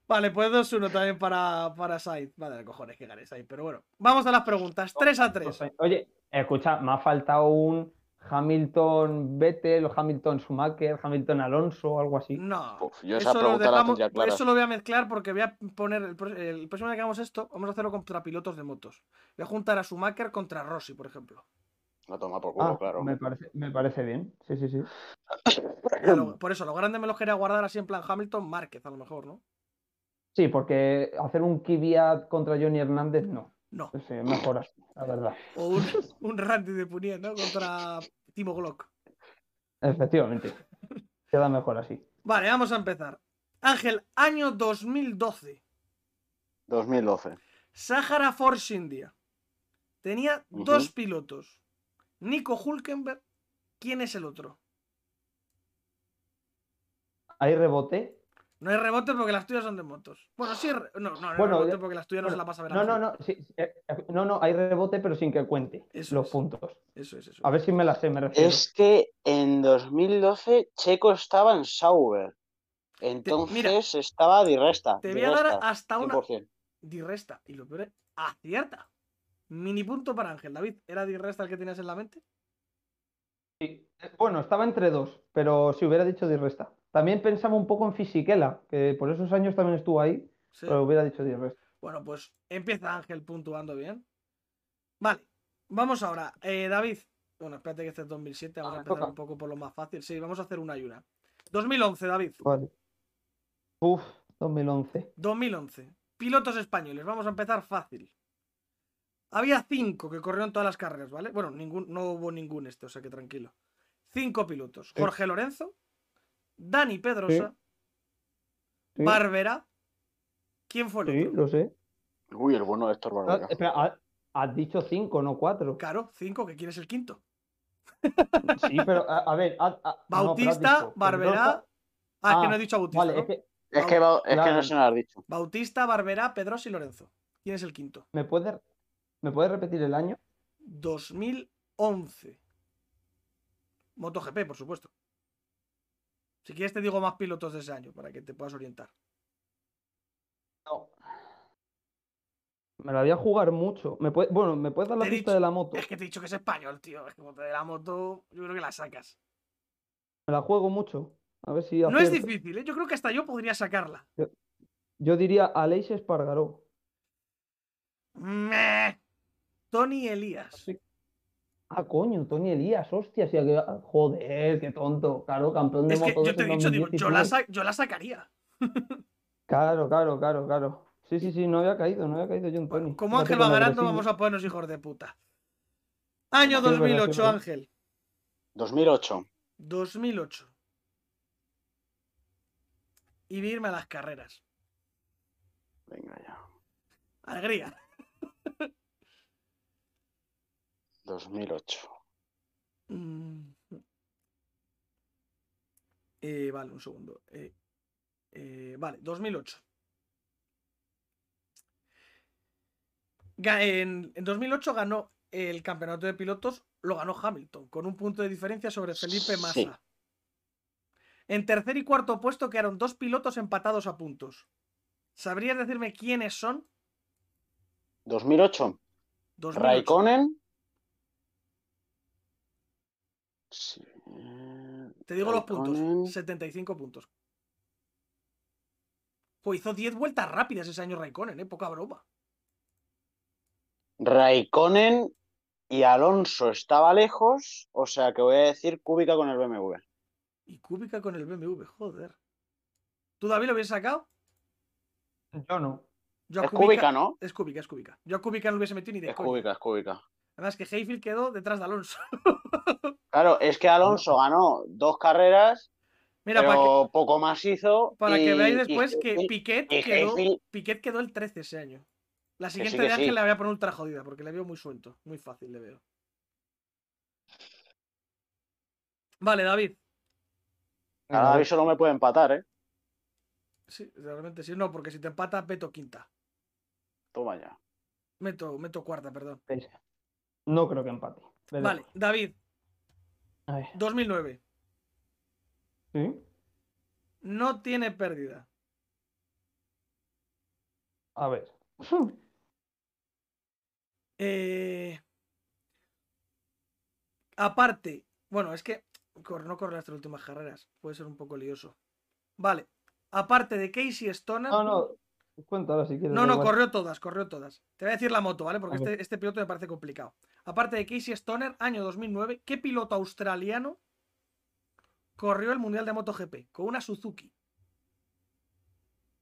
A: Vale, pues 2-1 también para, para Said. Madre de cojones que gane Said, pero bueno. Vamos a las preguntas. 3 a 3.
C: Pues, Oye, escucha, me ha faltado un Hamilton Vettel, Hamilton Schumacher, Hamilton Alonso o algo así.
A: No.
B: Uf, Pues yo esa
A: Eso, lo
B: pregunta la
A: dejamos-
B: tendría clara.
A: eso lo voy a mezclar porque voy a poner. El, pro- el próximo día que hagamos esto, vamos a hacerlo contra pilotos de motos. Voy a juntar a Schumacher contra Rossi, por ejemplo.
B: La toma por culo,
C: Ah,
B: claro.
C: me parece, me parece bien. Sí, sí, sí.
A: Ya lo- por eso, los grandes me los quería guardar así en plan Hamilton Márquez, a lo mejor, ¿no?
C: Sí, porque hacer un Kvyat contra Johnny Hernández, no.
A: No.
C: Sí, mejor así, la verdad.
A: O un, un Randy de Punier, ¿no? Contra Timo Glock.
C: Efectivamente. Queda mejor así.
A: Vale, vamos a empezar. Ángel, año 2012.
B: 2012.
A: Sahara Force India. Tenía
B: Ujú.
A: dos pilotos. Nico Hulkenberg. ¿Quién es el otro?
C: Ahí rebote.
A: No hay rebote porque las tuyas son de motos. Bueno, sí, hay re- no, no, no hay
C: Bueno,
A: rebote
C: ya-
A: porque las tuyas no se la vas a ver.
C: No, no,
A: Ángel.
C: no. sí, sí, eh, no, no, hay rebote, pero sin que cuente
A: Eso
C: los
A: es.
C: puntos.
A: Eso es, eso.
C: A
A: es.
C: ver si me las sé, me refiero.
B: Es que en 2012 Checo estaba en Sauber. Entonces estaba de resta.
A: Te
B: di
A: voy a dar
B: resta,
A: hasta una
B: 100%.
A: dirresta. Y lo peor es, acierta. Mini punto para Ángel. David, ¿era dirresta el que tenías en la mente?
C: Sí. Eh, Bueno, estaba entre dos, pero si hubiera dicho de resta. También pensaba un poco en Fisichella, que por esos años también estuvo ahí,
A: Sí.
C: pero hubiera dicho de resta.
A: Bueno, pues empieza Ángel puntuando bien. Vale, vamos ahora. Eh, David, bueno, espérate que este es 2007, vamos a
B: Ah,
A: empezar
B: toca.
A: un poco por lo más fácil. Sí, vamos a hacer una y una. 2011, David.
C: Vale. Uf, 2011.
A: 2011. Pilotos españoles, vamos a empezar fácil. Había cinco que corrieron todas las carreras, ¿vale? Bueno, ningún, no hubo ningún este, o sea que tranquilo. Cinco pilotos.
C: Sí.
A: Jorge Lorenzo, Dani Pedrosa,
C: Sí,
A: Barbera. ¿Quién fue el
C: sí,
A: otro?
C: lo sé.
B: Uy, el bueno de Héctor
C: Ah,
B: Barbera.
C: espera, ha- has dicho cinco, no cuatro.
A: Claro, cinco, que quién es el
C: Ah,
A: quinto.
C: Sí, pero a, a ver, ha- ha- no, pero has
A: Bautista,
C: dicho
A: Barberá. Ah, es que
C: Ah,
A: no he dicho a Bautista.
C: Pedrosa- Vale,
A: ¿no?
C: es que
B: Es que, va- es que
C: claro.
B: no se me lo has dicho.
A: Bautista, Barberá, Pedros y Lorenzo. ¿Quién es el quinto?
C: ¿me puedes, ¿me puedes repetir el año?
A: 2011. MotoGP, por supuesto. Si quieres te digo más pilotos de ese año para que te puedas orientar.
C: No. Me la voy a jugar mucho. ¿Me puede- bueno, ¿me puedes dar la
A: Te he
C: pista
A: dicho-
C: de la moto?
A: Es que te he dicho que es español, tío. Es que como te de la moto, yo creo que la sacas.
C: Me la juego mucho. A ver si
A: No es
C: acierto.
A: difícil, ¿eh? Yo creo que hasta yo podría sacarla.
C: Yo diría Aleix Espargaró.
A: Meh. Tony Elías.
C: Sí. Ah, coño, Tony Elías, hostia, sí, que- ah, joder, qué tonto. Claro, campeón de
A: Es que
C: Moto2
A: yo te he
C: en
A: dicho, digo, yo la,
C: 2019.
A: sa- yo la sacaría.
C: Claro, claro, claro, claro. Sí, sí, sí, no había caído, no había caído yo en Tony.
A: Bueno, como
C: Fíjate
A: Ángel va
C: con la
A: ganando,
C: velocidad.
A: vamos a ponernos hijos de puta. Año
C: Sí, es verdad, sí, es
A: 2008,
C: verdad.
A: Ángel.
B: 2008.
A: 2008. Y de irme a las carreras.
B: Venga ya.
A: Alegría.
B: 2008.
A: Mm. Eh, vale, un segundo. Eh, eh, vale, 2008. Ga- En, en 2008 ganó el campeonato de pilotos, lo ganó Hamilton, con un punto de diferencia sobre Felipe
B: Sí.
A: Massa. En tercer y cuarto puesto quedaron dos pilotos empatados a puntos. ¿Sabrías decirme quiénes son?
B: 2008.
A: 2008.
B: Raikkonen. Sí. eh,
A: Te digo los
B: Raikkonen.
A: puntos. 75 puntos. Pues hizo 10 vueltas rápidas ese año Raikkonen, ¿eh? Poca broma.
B: Raikkonen y Alonso estaba lejos, o sea que voy a decir Cúbica con el BMW.
A: Y Cúbica con el BMW, joder. ¿Tú, David, lo hubieras sacado?
C: Yo no.
A: Yo a
B: es Cúbica, ¿no?
A: Es Cúbica, es Cúbica. Yo a Cúbica no lo hubiese metido ni de
B: Es
A: coña.
B: Cúbica, es Cúbica.
A: Además que Hayfield quedó detrás de Alonso.
B: Claro, es que Alonso ganó dos carreras,
A: Mira, para que,
B: pero poco más hizo.
A: para que
B: y-
A: veáis
B: y-
A: después que
B: y-
A: Piquet
B: y
A: quedó,
B: Hayfield-
A: Piquet quedó el 13 ese año. La siguiente
B: sí, que
A: de Ángel
B: sí.
A: la voy a poner ultra jodida porque le veo muy suelto. Muy fácil le veo. Vale, David.
B: A David solo me puede empatar, ¿eh?
A: Sí, realmente sí. No, porque si te empatas, meto quinta.
B: Toma ya.
A: Meto, meto cuarta, perdón.
C: No creo que empate. Veremos.
A: Vale, David,
C: A ver.
A: 2009.
C: ¿Sí?
A: No tiene pérdida.
C: A ver.
A: Eh, Aparte, bueno, es que cor- no correr las últimas carreras. Puede ser un poco lioso. Vale. Aparte de Casey Stoner.
C: No, no. Cuéntala si quieres.
A: No,
C: da
A: no,
C: igual.
A: corrió todas, corrió todas. Te voy a decir la moto, ¿vale? Porque
C: A ver.
A: este, este piloto me parece complicado. Aparte de Casey Stoner, año 2009, ¿qué piloto australiano corrió el Mundial de MotoGP? Con una Suzuki.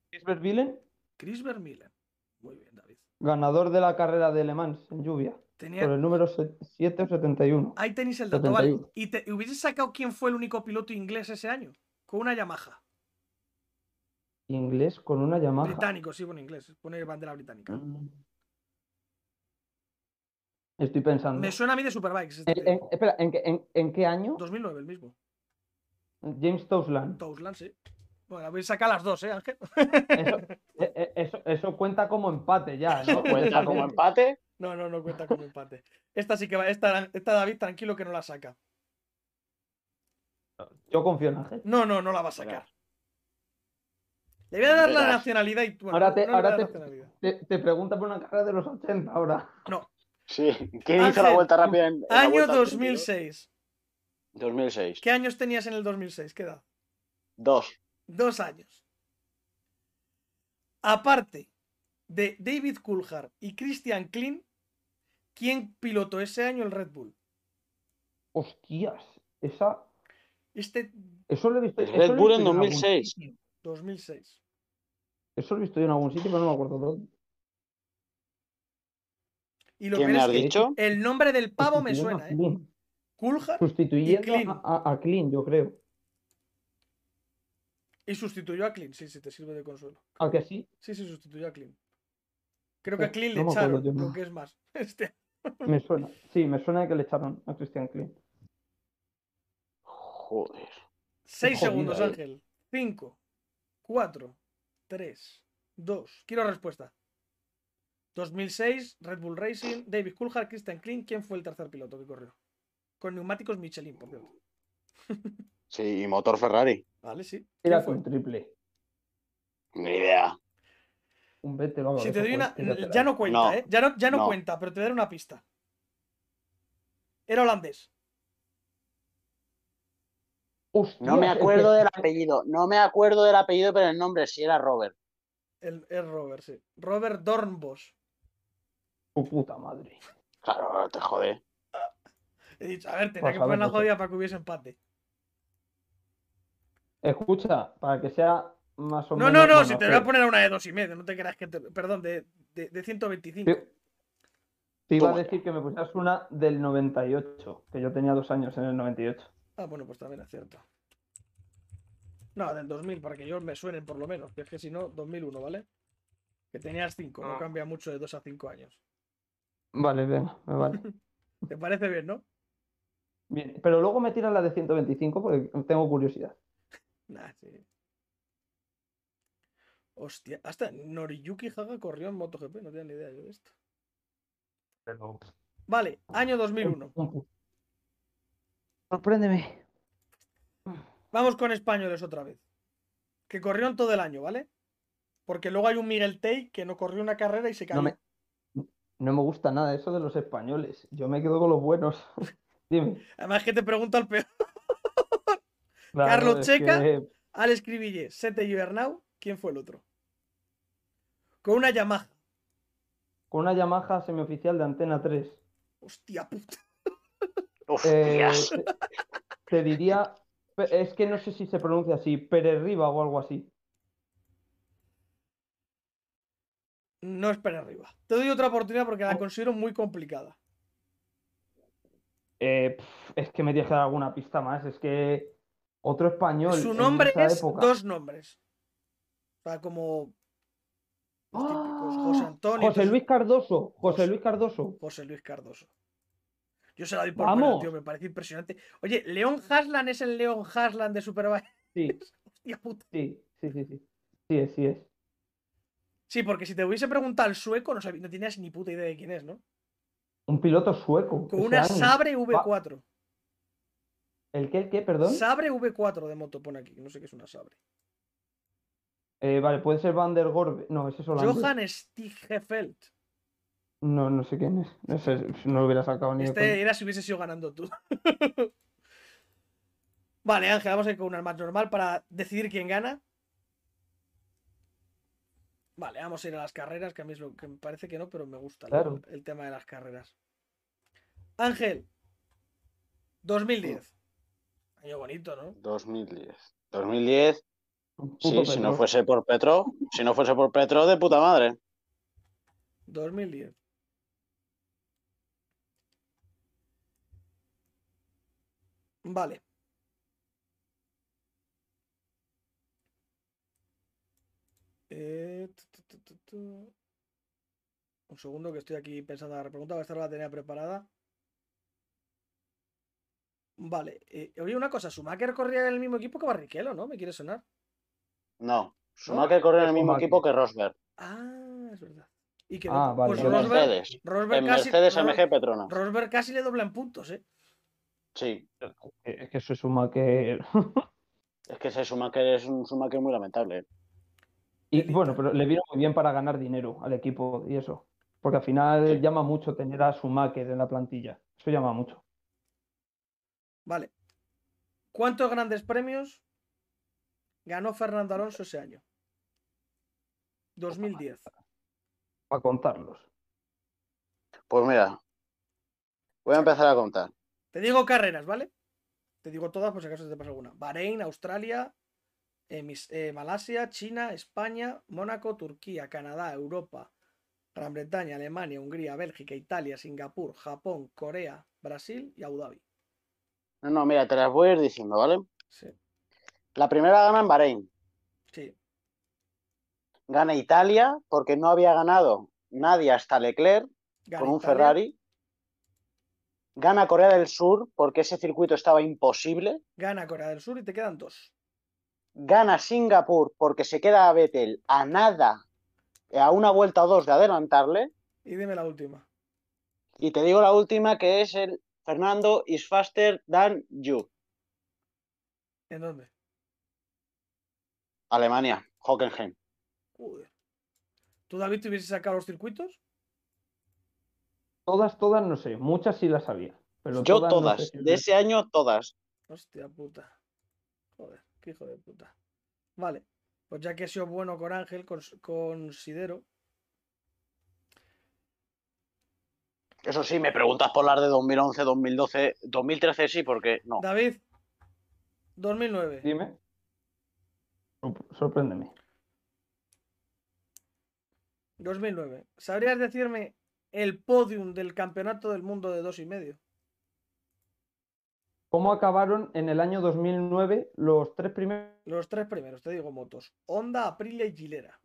C: Chris Vermeulen,
A: Chris Vermeulen. Muy bien, David.
C: ganador de la carrera de Le Mans en lluvia, por
A: Tenía...
C: el número 7 o 71.
A: Ahí tenéis el dato, ¿vale?
C: 71.
A: Y te y hubieses sacado quién fue el único piloto inglés ese año. Con una Yamaha.
C: Inglés con una Yamaha.
A: Británico, sí, bueno, inglés. Pone bandera británica.
C: Mm. Estoy pensando.
A: Me suena a mí de Superbikes. este
C: En-
A: tío.
C: en- espera, ¿en qué, en- en qué año?
A: 2009, el mismo.
C: James Tousland.
A: Tousland, sí. Bueno, habéis sacado las dos, ¿eh, Ángel?
C: Eso, eh, eh, eso- eso cuenta como empate ya, ¿no?
B: Cuenta como empate.
A: No, no, no cuenta como empate. Esta sí que va. Esta, esta David tranquilo que no la saca.
C: Yo confío en Ángel.
A: No, no, no la va a sacar. Le voy a dar la
B: Verás.
A: nacionalidad y. bueno,
C: Ahora
A: no le
C: te-
A: voy a
C: ahora
A: dar
C: te-
A: nacionalidad.
C: Te, te pregunta por una carrera de los 80 ahora.
B: Sí. ¿Quién hizo la
A: Ángel,
B: vuelta rápida en, en la
A: Año
B: vuelta al
A: 2006.
B: 2006.
A: ¿Qué años tenías en el 2006? ¿Qué edad?
B: Dos.
A: Dos años. Aparte de David Coulthard y Christian Klein, ¿quién pilotó ese año el Red Bull?
C: Hostias, esa,
A: Este
C: eso lo he visto.
B: El
C: eso
B: Red
C: lo he
B: Bull
C: visto
B: en
C: yo algún
B: 2006.
C: sitio.
A: 2006.
C: Eso lo he visto yo en algún sitio, pero no me acuerdo dónde.
A: Y lo
B: ¿Quién
A: peor
B: me
A: es
B: has
A: que
B: dicho?
A: el nombre del pavo me
C: Sustituyendo
A: suena,
C: a
A: ¿eh?
C: Clean.
A: Coulthard
C: Sustituyendo
A: Clean.
C: a, a, a Clean, yo creo.
A: Y sustituyó a Clint, sí, sí, te sirve de consuelo.
C: ¿A que sí?
A: Sí, sí, sustituyó a Clint. Creo que a
C: Sí,
A: Clint
C: Oh, no
A: le
C: me acuerdo
A: echaron,
C: yo,
A: lo
C: no.
A: que es más. Este,
C: Me suena. Sí, me suena que le echaron a Christian Clean.
B: Joder.
A: seis
C: jodida,
A: segundos,
C: eh.
A: Ángel. Cinco, cuatro, tres, dos. Quiero respuesta. 2006, Red Bull Racing, David Coulthard, Christian Clint. ¿Quién fue el tercer piloto que corrió? Con neumáticos Michelin, por cierto.
B: Sí, y motor Ferrari.
A: Vale, sí.
C: Era
A: ¿Quién fue?
C: un triple.
B: Ni idea.
C: Un vete lo hago,
A: Si te
C: eso
A: doy una.
C: fue, fíjate,
A: Ya no cuenta,
B: No.
A: ¿eh? Ya no, ya no
B: No.
A: cuenta, pero te voy a dar una pista. Era holandés.
C: Hostias,
B: No me
C: es que-
B: acuerdo del apellido. No me acuerdo del apellido, pero el nombre sí era Robert.
A: El, el Robert, sí. Robert Dornbos.
C: Su puta madre.
B: Claro, te jodé.
A: He dicho, a ver, tenía
C: Pues
A: que
C: a
A: poner
C: ver,
A: la
C: pues,
A: jodida para que hubiese empate.
C: Escucha, para que sea Pues más o
A: No,
C: menos.
A: no, no,
C: bueno,
A: si te
C: que-
A: voy a poner a una de dos y medio, no te creas que te. Perdón, de, de, de 125.
C: Te, te iba a
B: Toma ya.
C: decir que me pusieras una del 98, que yo tenía dos años en el 98.
A: Ah, bueno, pues también es cierto. No, del 2000, para que yo me suenen por lo menos. Que es que si no, 2001, ¿vale? Que tenías 5, no
C: Ah.
A: cambia mucho de 2 a 5 años.
C: Vale, venga, me vale.
A: ¿Te parece bien, no?
C: Bien, pero luego me tiras la de 125 porque tengo curiosidad.
A: Nah, sí. Hostia, hasta Noriyuki Haga corrió en MotoGP, no tenía ni idea yo de esto.
C: Pero...
A: Vale, año 2001.
C: Sorpréndeme.
A: Vamos con españoles otra vez. Que corrieron todo el año, ¿vale? Porque luego hay un Miguel Tey que no corrió una carrera y se cayó.
C: No me, no me gusta nada eso de los españoles. Yo me quedo con los buenos. Dime.
A: Además que te pregunto al peor.
C: Claro,
A: Carlos
C: es
A: Checa.
C: que-
A: Al escribille, Sete y Bernau, ¿quién fue el otro? Con una Yamaha.
C: con una Yamaha semioficial de Antena 3.
A: Hostia puta.
C: Eh,
B: Hostias.
C: te, te diría, pe- es que no sé si se pronuncia así, Pérez Riva o algo así.
A: No espera arriba. Te doy otra oportunidad porque
C: Oh.
A: la considero muy complicada.
C: Eh, pf, es que me tienes que dar alguna pista más, es que otro español
A: Su
C: en
A: nombre
C: esa
A: es
C: época.
A: dos nombres. O sea, como Los típicos José Antonio.
C: ¡Ah! José
A: entonces-
C: Luis Cardoso, José
A: José-
C: Luis Cardoso.
A: José Luis Cardoso. Yo se la doy por
C: Vamos.
A: buena, tío, me parece impresionante. Oye, León Haslan es el León Haslan de Superbike.
C: Sí,
A: Hostia puta.
C: sí, sí, sí, sí. Sí es, sí es.
A: Sí, porque si te hubiese preguntado al sueco, no, sab- no tenías ni puta idea de quién es, ¿no?
C: Un piloto sueco.
A: Con
C: ese
A: una
C: año.
A: Sabre V4.
C: ¿El qué, el qué, perdón?
A: Sabre V4 de moto, pone aquí. No sé qué es una Sabre.
C: Eh, vale, puede ser Van der Gorbe. No, ese es holandés.
A: Johan Stigefeld.
C: No, no sé quién es. No, sé, no lo hubiera sacado ni de coña.
A: Este era si hubieses ido ganando tú. vale, Ángel, vamos a ir con un match normal para decidir quién gana. Vale, vamos a ir a las carreras, que a mí es lo que me parece que no, pero me gusta el-
C: Claro.
A: el, tema de las carreras. Ángel, 2010. Año bonito, ¿no?
B: 2010. 2010,
C: Un puto
B: sí, si no
C: perro.
B: fuese por Petro, si no fuese por Petro, de puta madre.
A: 2010. Vale. Eh, tu, tu, tu, tu, tu. Un segundo que estoy aquí pensando en la pregunta, porque esta no la tenía preparada. Vale. eh, oye, una cosa, Schumacher corría en el mismo equipo que Barrichello, ¿no? Me quiere sonar.
B: No. Schumacher corrió en el mismo
C: Schumacher.
B: equipo que Rosberg.
A: Ah, es verdad. Y que
C: Ah, vale,
A: pues
B: En
C: vale.
A: Rosberg,
B: Mercedes.
A: Rosberg
B: En
A: casi-
B: Mercedes
A: Ros-
B: MG Petronas.
A: Rosberg casi le dobla en puntos, ¿eh?
B: Sí.
C: Eh, Es que eso suma que.
B: Es que ese Schumacher es un Schumacher muy lamentable. ¿eh?
C: Y
A: Delito.
C: bueno, pero le vino muy bien para ganar dinero al equipo y eso. Porque al final
B: Sí.
C: llama mucho tener a Schumacher en la plantilla. Eso llama mucho.
A: Vale. ¿Cuántos grandes premios ganó Fernando Alonso ese año? 2010.
C: Para contarlos.
B: Pues mira, voy a empezar a contar.
A: Te digo carreras, ¿vale? Te digo todas por si acaso te pasa alguna. Bahrein, Australia, eh, mis- eh, Malasia, China, España, Mónaco, Turquía, Canadá, Europa, Gran Bretaña, Alemania, Hungría, Bélgica, Italia, Singapur, Japón, Corea, Brasil y Abu Dhabi.
B: No, no, mira, te las voy a ir diciendo, ¿vale?
A: Sí.
B: La primera gana en Bahrein.
A: Sí.
B: Gana Italia porque no había ganado nadie hasta Leclerc
A: Gana
B: con un
A: Italia.
B: Ferrari. Gana Corea del Sur porque ese circuito estaba imposible.
A: Gana Corea del Sur y te quedan dos.
B: Gana Singapur porque se queda a Vettel a nada, a una vuelta o dos de adelantarle.
A: Y dime la última.
B: Y te digo la última que es el Fernando is faster than you.
A: ¿En dónde?
B: Alemania, Hockenheim.
A: Joder. ¿Tú, David, te hubieses sacado los circuitos?
C: Todas, todas, no sé. Muchas sí las sabía. Pero
B: Yo
C: todas, no sé
B: todas,
C: si
B: de
C: las-
B: ese año todas.
A: Hostia puta. Joder, qué hijo de puta. Vale, pues ya que he sido bueno con Ángel, cons- considero.
B: Eso sí, me preguntas por las de 2011, 2012, 2013 sí, porque no.
A: David, 2009.
C: Dime. Sor- Sorpréndeme.
A: 2009. ¿Sabrías decirme el podium del campeonato del mundo de dos y medio?
C: ¿Cómo acabaron en el año 2009 los tres primeros
A: Los tres primeros, te digo motos. Honda, Aprilia y Gilera.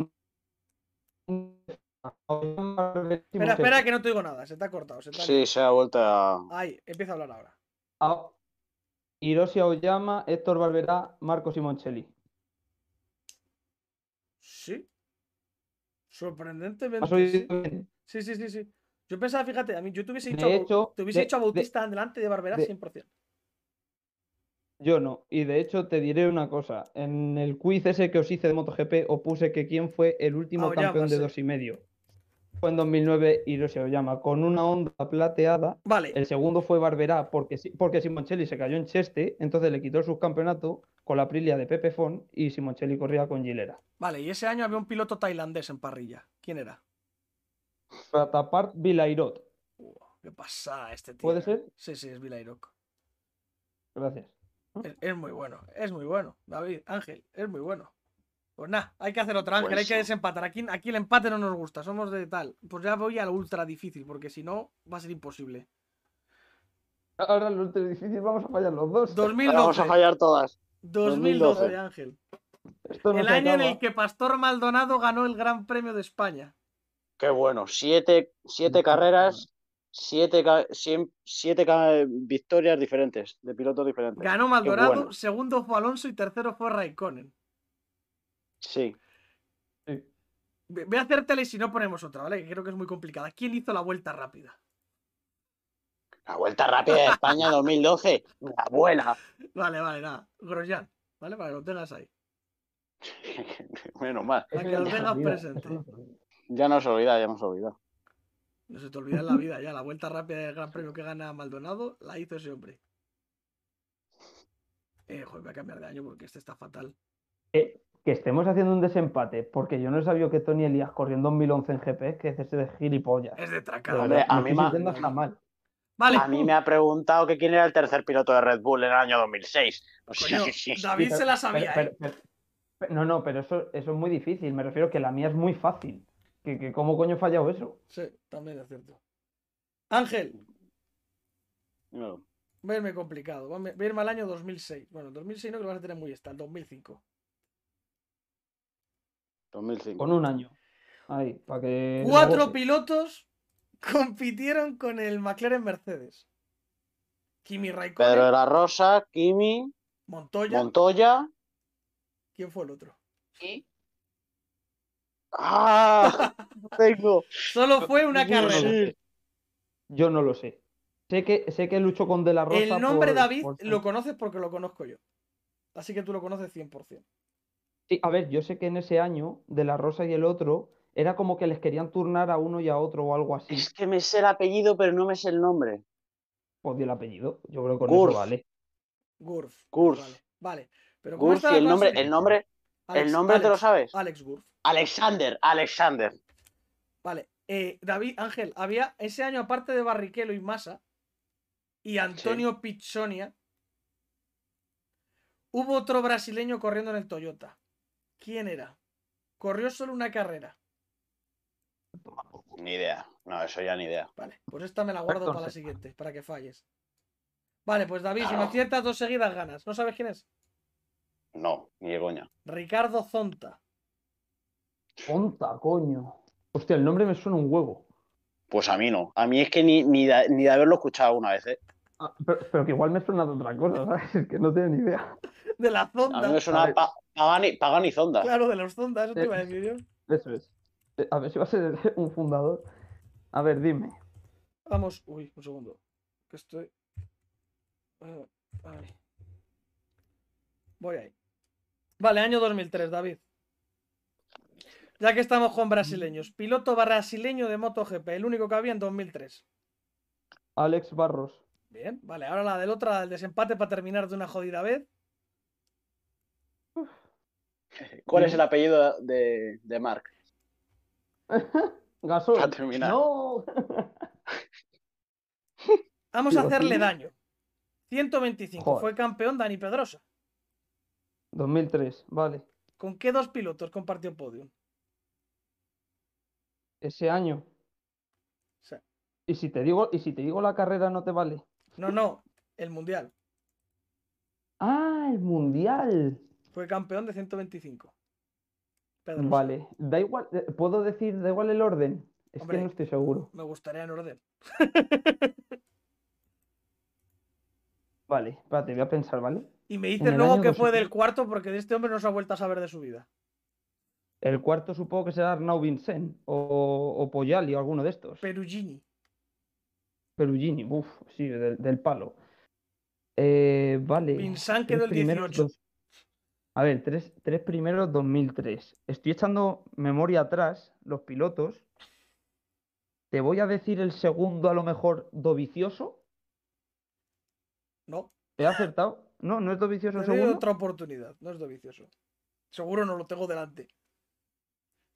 A: Espera, espera, que no te digo nada. Se te ha cortado. Se te ha
B: Sí,
A: liado.
B: se ha vuelto a...
A: Ahí, empieza a hablar ahora.
C: A- Hiroshi Aoyama, Héctor Barberá, Marco Simoncelli.
A: Sí.
C: ¿Has
A: Sorprendentemente. sí.
C: oído bien?
A: Sí, sí, sí, sí. Yo pensaba, fíjate, a mí yo te hubiese
C: De
A: dicho, a Bau-
C: hecho,
A: te hubiese
C: de-
A: dicho a
C: de-
A: Bautista delante de Barberá
C: de-
A: 100%.
C: Yo no. Y de hecho te diré una cosa. En el quiz ese que os hice de MotoGP os puse que quién fue el último
A: Aoyama,
C: campeón de
A: Ah, sí.
C: dos y medio. Fue en 2009 Hiroshi Aoyama con una onda plateada.
A: Vale,
C: El segundo fue Barberá porque, si- porque Simoncelli se cayó en Cheste, entonces le quitó el subcampeonato con la Aprilia de Pepe Fon y Simoncelli corría con Gilera.
A: vale, y ese año había un piloto tailandés en parrilla. ¿Quién era?
C: Pratapart Vilairot.
A: Buah, ¿Qué pasa este tío?
C: ¿Puede ser?
A: Sí, sí, es Vilairok.
C: Gracias.
A: Es, es muy bueno, es muy bueno. David, Ángel, es muy bueno. Pues nada, hay que hacer otra, Ángel, hay que
C: Pues
B: Buenísimo.
A: desempatar. Aquí, aquí el empate no nos gusta, somos de tal. Pues ya voy al ultra difícil, porque si no, va a ser imposible.
C: Ahora lo difícil, vamos a fallar los dos.
A: 2012,
B: Vamos a fallar todas.
A: 2012,
B: 2012.
A: Ángel.
C: Esto no
A: el
C: se
A: año en
C: acaba.
A: el que Pastor Maldonado ganó el Gran Premio de España.
B: Qué bueno. Siete, siete carreras, siete, ca- cien- siete ca- victorias diferentes, de pilotos diferentes.
A: Ganó Maldonado,
B: bueno.
A: segundo fue Alonso y tercero fue Raikkonen.
B: Sí.
C: Sí.
A: Ve- Voy a hacértela y si no ponemos otra, ¿vale? Que creo que es muy complicada. ¿Quién hizo la vuelta rápida?
B: La Vuelta Rápida de España 2012. Mi abuela.
A: Vale, vale, nada. Grosjean, ¿vale? Para que lo tengas ahí.
B: Menos mal.
C: Eso
A: que
C: ya
A: lo
C: no se
A: tengas
C: olvida,
A: presente.
C: eso no se olvida.
B: Ya nos olvida, ya nos olvida.
A: No se te olvida en la vida ya. La vuelta rápida del Gran Premio que gana Maldonado la hizo ese hombre. Eh, joder, voy a cambiar de año porque este está fatal.
C: Eh, que estemos haciendo un desempate, porque yo no sabía que Tony Elías corrió en 2011 en GP, que es ese de gilipollas.
A: Es de tracada.
B: Hombre, a
C: No
B: mí
C: estoy
B: ma-
C: sintiendo hasta mal.
A: Vale.
B: A mí me ha preguntado que quién era el tercer piloto de Red Bull en el año 2006. O sea,
A: Coño,
B: sí, sí, sí.
A: David se la
C: Pero-
A: sabía,
C: pero-
A: ¿eh?
C: pero- pero- no, no, pero eso, eso es muy difícil. Me refiero que la mía es muy fácil. Que, que ¿Cómo coño he fallado eso?
A: Sí, también es cierto. Ángel,
B: No.
A: voy a irme complicado. Voy a irme- voy a irme al año 2006. Bueno, 2006 no que lo vas a tener muy está, el 2005.
B: 2005.
C: Con un año. Ahí, para que. lo
A: Cuatro
C: goce.
A: pilotos compitieron con el McLaren Mercedes. Kimi Raikkonen,
B: Pedro de la Rosa, Kimi,
A: Montoya,
B: Montoya.
A: ¿quién fue el otro?
B: ¡Ah! No tengo.
A: Solo fue una
C: Sí,
A: carrera.
B: Sí.
C: Yo no lo sé. Sé que, sé que luchó con De La Rosa.
A: El nombre
C: por-
A: David
C: por-
A: lo conoces porque lo conozco yo. Así que tú lo conoces 100%.
C: Sí, a ver, yo sé que en ese año, De La Rosa y el otro, era como que les querían turnar a uno y a otro o algo así.
B: Es que me sé el apellido, pero no me sé el nombre.
C: Pues di el apellido. Yo creo que con
B: Gurf.
C: eso vale.
A: Gurf.
B: Gurf.
A: Vale. vale. Pero ¿cómo
B: Gurf,
A: está
B: y
A: la
B: el nombre,
A: clase?
B: el nombre,
A: Alex-
B: el nombre te lo
A: Alex-
B: sabes.
A: Alex Gurf.
B: Alexander, Alexander.
A: Vale. eh, David, Ángel, había ese año, aparte de Barrichello y Massa y Antonio Pizzonia, hubo otro brasileño corriendo en el Toyota. ¿Quién era? Corrió solo una carrera.
B: Ni idea. No, eso ya ni idea.
A: Vale, pues esta me la guardo para la
C: Entonces.
A: siguiente, para que falles. Vale, pues David, si me
B: Claro.
A: aciertas dos seguidas ganas. ¿No sabes quién es?
B: No, ni de coña.
A: Ricardo Zonta.
C: Ponta, coño. Hostia, el nombre me suena un huevo.
B: Pues a mí no. A mí es que ni, ni, de, ni de haberlo escuchado una vez. ¿eh?
C: Ah, pero, pero que igual me suena de otra cosa, ¿sabes? Es que no tengo ni idea.
A: De la
B: A mí
A: Zonda.
B: me suena
C: Vale.
B: pa- Pagani, Pagani Zonda.
A: Claro, de los Zonda, eso te
C: Eh.
A: iba a decir yo.
C: Eso es. Eh, A ver si va a ser un fundador. A ver, dime.
A: Vamos, uy, un segundo. Que estoy. Eh, ahí. Voy ahí. Vale, año 2003, David. Ya que estamos con brasileños. Piloto brasileño de MotoGP, el único que había en 2003.
C: Alex Barros.
A: Bien, vale, ahora la del otro, la del desempate para terminar de una jodida vez.
B: ¿Cuál es el apellido de, de Mark?
C: Gasol.
B: Para terminar.
C: No.
A: Vamos a
C: Dios
A: hacerle
C: mío.
A: daño. 125,
C: Joder.
A: fue campeón Dani Pedrosa.
C: 2003, vale.
A: ¿Con qué dos pilotos compartió podio?
C: Ese año.
A: Sí.
C: Y si te digo, y si te digo la carrera no te vale.
A: No, no, el Mundial.
C: Ah, el mundial.
A: Fue campeón de 125. Pedrosa.
C: Vale. Da igual, eh, puedo decir, da igual el orden. Es
A: Hombre.
C: que no estoy seguro.
A: Me gustaría en orden.
C: Vale, espérate, voy a pensar, ¿vale?
A: Y me
C: En
A: dices
C: el
A: luego
C: año
A: que fue
C: 2000.
A: del cuarto porque de este hombre no se ha vuelto a saber de su vida.
C: El cuarto supongo que será Arnau Vincent o, o Poyali o alguno de estos.
A: Perugini.
C: Perugini, uff, sí, del, del palo. Eh, vale.
A: Vincent
C: tres
A: quedó el
C: primeros
A: 18.
C: dos- A ver, tres, tres primeros 2003. Estoy echando memoria atrás, los pilotos. Te voy a decir el segundo, a lo mejor, Dovicioso.
A: No,
C: ¿He acertado? No, no es
A: te
C: Dovicioso el
A: doy
C: segundo.
A: otra oportunidad. No es vicioso. Seguro no lo tengo delante.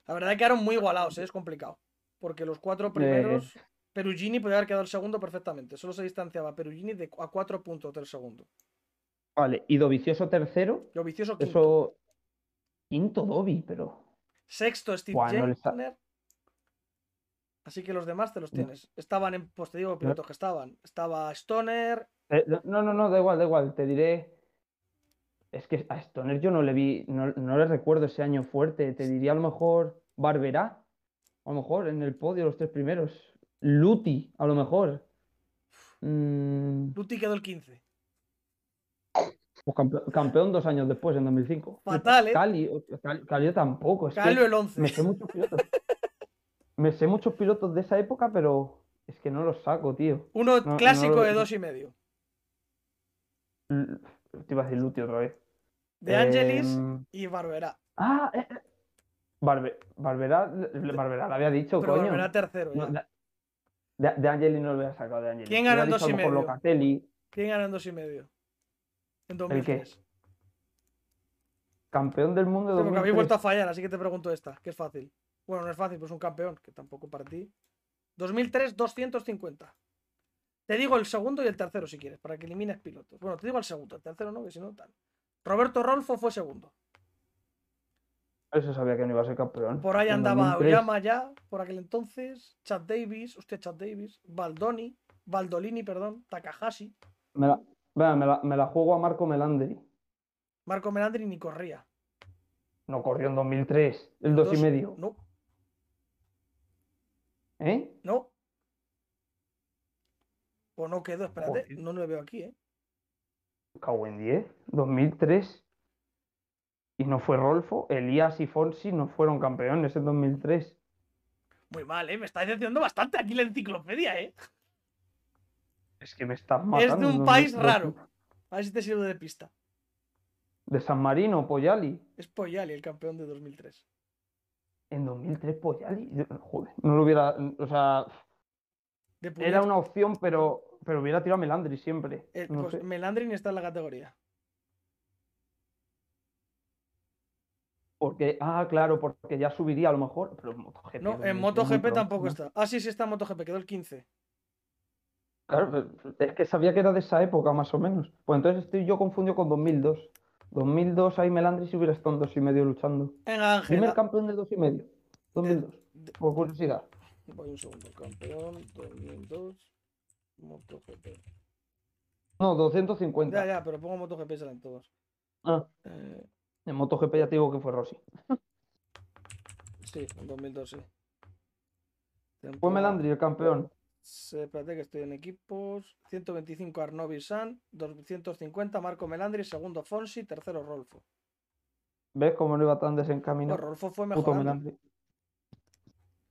A: La verdad que quedaron muy igualados, ¿eh? es complicado. Porque los cuatro primeros. Perugini podía haber quedado el segundo perfectamente. Solo se distanciaba Perugini de, cu- a cuatro puntos del segundo.
C: Vale, y Dovicioso tercero.
A: Dovizioso quinto.
C: Eso. Quinto Dovi, pero.
A: Sexto Steve
C: Buah, no le sa-
A: Jenner. Así que los demás te los
C: No.
A: tienes. Estaban en, pues te digo, pilotos que estaban. Estaba Stoner,
C: Eh, No, no, no, da igual, da igual. Te diré. Es que a Stoner yo no le vi, no, no le recuerdo ese año fuerte. Te diría a lo mejor Barberá, a lo mejor en el podio los tres primeros. Luti, a lo mejor. Mm,
A: Luti quedó el 15.
C: pues campe- campeón dos años después, en 2005.
A: Fatal, ¿eh?
C: Cali, Cal- Calio tampoco. Es que
A: Calio el
C: me sé
A: 11.
C: muchos pilotos. me sé muchos pilotos de esa época, pero es que no los saco, tío.
A: Uno
C: no
A: clásico
C: lo-
A: de dos y medio.
C: L- Te iba a decir Luti otra vez.
A: De Angelis
C: Em,
A: y Barberá.
C: Ah, eh, eh. Barbe- Barbera, Barbera, lo había dicho,
A: Pero
C: coño.
A: Barberá tercero. ya.
C: No, de, de, de Angeli no lo había sacado de Angeli.
A: ¿Quién
C: Hubiera
A: ganó en
C: dicho
A: dos
C: a
A: y
C: lo mejor
A: medio?
C: Locatelli,
A: ¿Quién ganó en dos y medio? En
C: qué?
A: 2003.
C: campeón del mundo de
A: Porque habéis
C: 2003.
A: vuelto a fallar, así que te pregunto esta, que es fácil. Bueno, no es fácil, pues un campeón, que tampoco para ti. 2003, 250. Te digo el segundo y el tercero si quieres, para que elimines pilotos. Bueno, te digo el segundo, el tercero no, que si no, tal. Roberto Rolfo fue segundo.
C: Eso sabía que no iba a ser campeón.
A: Por ahí
C: En
A: andaba
C: 2003.
A: Aoyama ya, por aquel entonces. Chad Davis, usted Chad Davis, Baldoni, Baldolini, perdón, Takahashi,
C: Me la, venga, me la- me la juego a Marco Melandri.
A: Marco Melandri y ni corría.
C: No corrió en 2003, el dos y
A: Dos-
C: medio.
A: No,
C: ¿Eh?
A: no. O no quedó, espérate,
C: Joder.
A: no lo veo aquí, ¿eh?
C: Cago en 10, 2003. Y no fue Rolfo, Elías y Fonsi no fueron campeones en 2003.
A: Muy mal, ¿eh? Me está decepcionando bastante aquí la enciclopedia, ¿eh?
C: Es que me están
A: Es de
C: matando.
A: un
C: en
A: país
C: 2003.
A: raro. A ver si te sirve de pista.
C: De San Marino, Poyali.
A: Es Poyali, el campeón de 2003.
C: En 2003 Poyali, yo- joder, no lo hubiera, o sea,
A: De
C: era
A: puñetas.
C: una opción, pero, pero hubiera tirado a Melandri siempre.
A: Eh,
C: no
A: pues
C: sé.
A: Melandrin está en la categoría.
C: Porque, ah, claro, porque ya subiría a lo mejor, pero en MotoGP.
A: No,
C: es
A: en
C: muy
A: MotoGP
C: pronto,
A: tampoco
C: ¿no?
A: está. Ah, sí, sí está en MotoGP, quedó el 15.
C: Claro, pero es que sabía que era de esa época, más o menos. Pues entonces estoy yo confundido con 2002. 2002 ahí Melandri si hubiera estado en dos y medio luchando.
A: Venga, Ángel.
C: Primer
A: da-
C: campeón del dos y medio. 2002,
A: Eh, de-
C: por curiosidad.
A: Voy un segundo. Campeón 2002. MotoGP.
C: No, 250.
A: Ya, ya, pero pongo MotoGP y salen todos.
C: Ah,
A: Eh,
C: en MotoGP ya te digo que fue Rossi.
A: sí, en 2002, sí.
C: Fue
A: Temporada-
C: Melandri el campeón.
A: Sí, Espérate que estoy en equipos. 125 Arnaud Bissan, 250 Marco Melandri, segundo Fonsi, tercero Rolfo.
C: ¿Ves cómo no iba tan
A: Pues
C: desencaminado?
A: Rolfo fue
C: Puto
A: mejorando.
C: Melandri.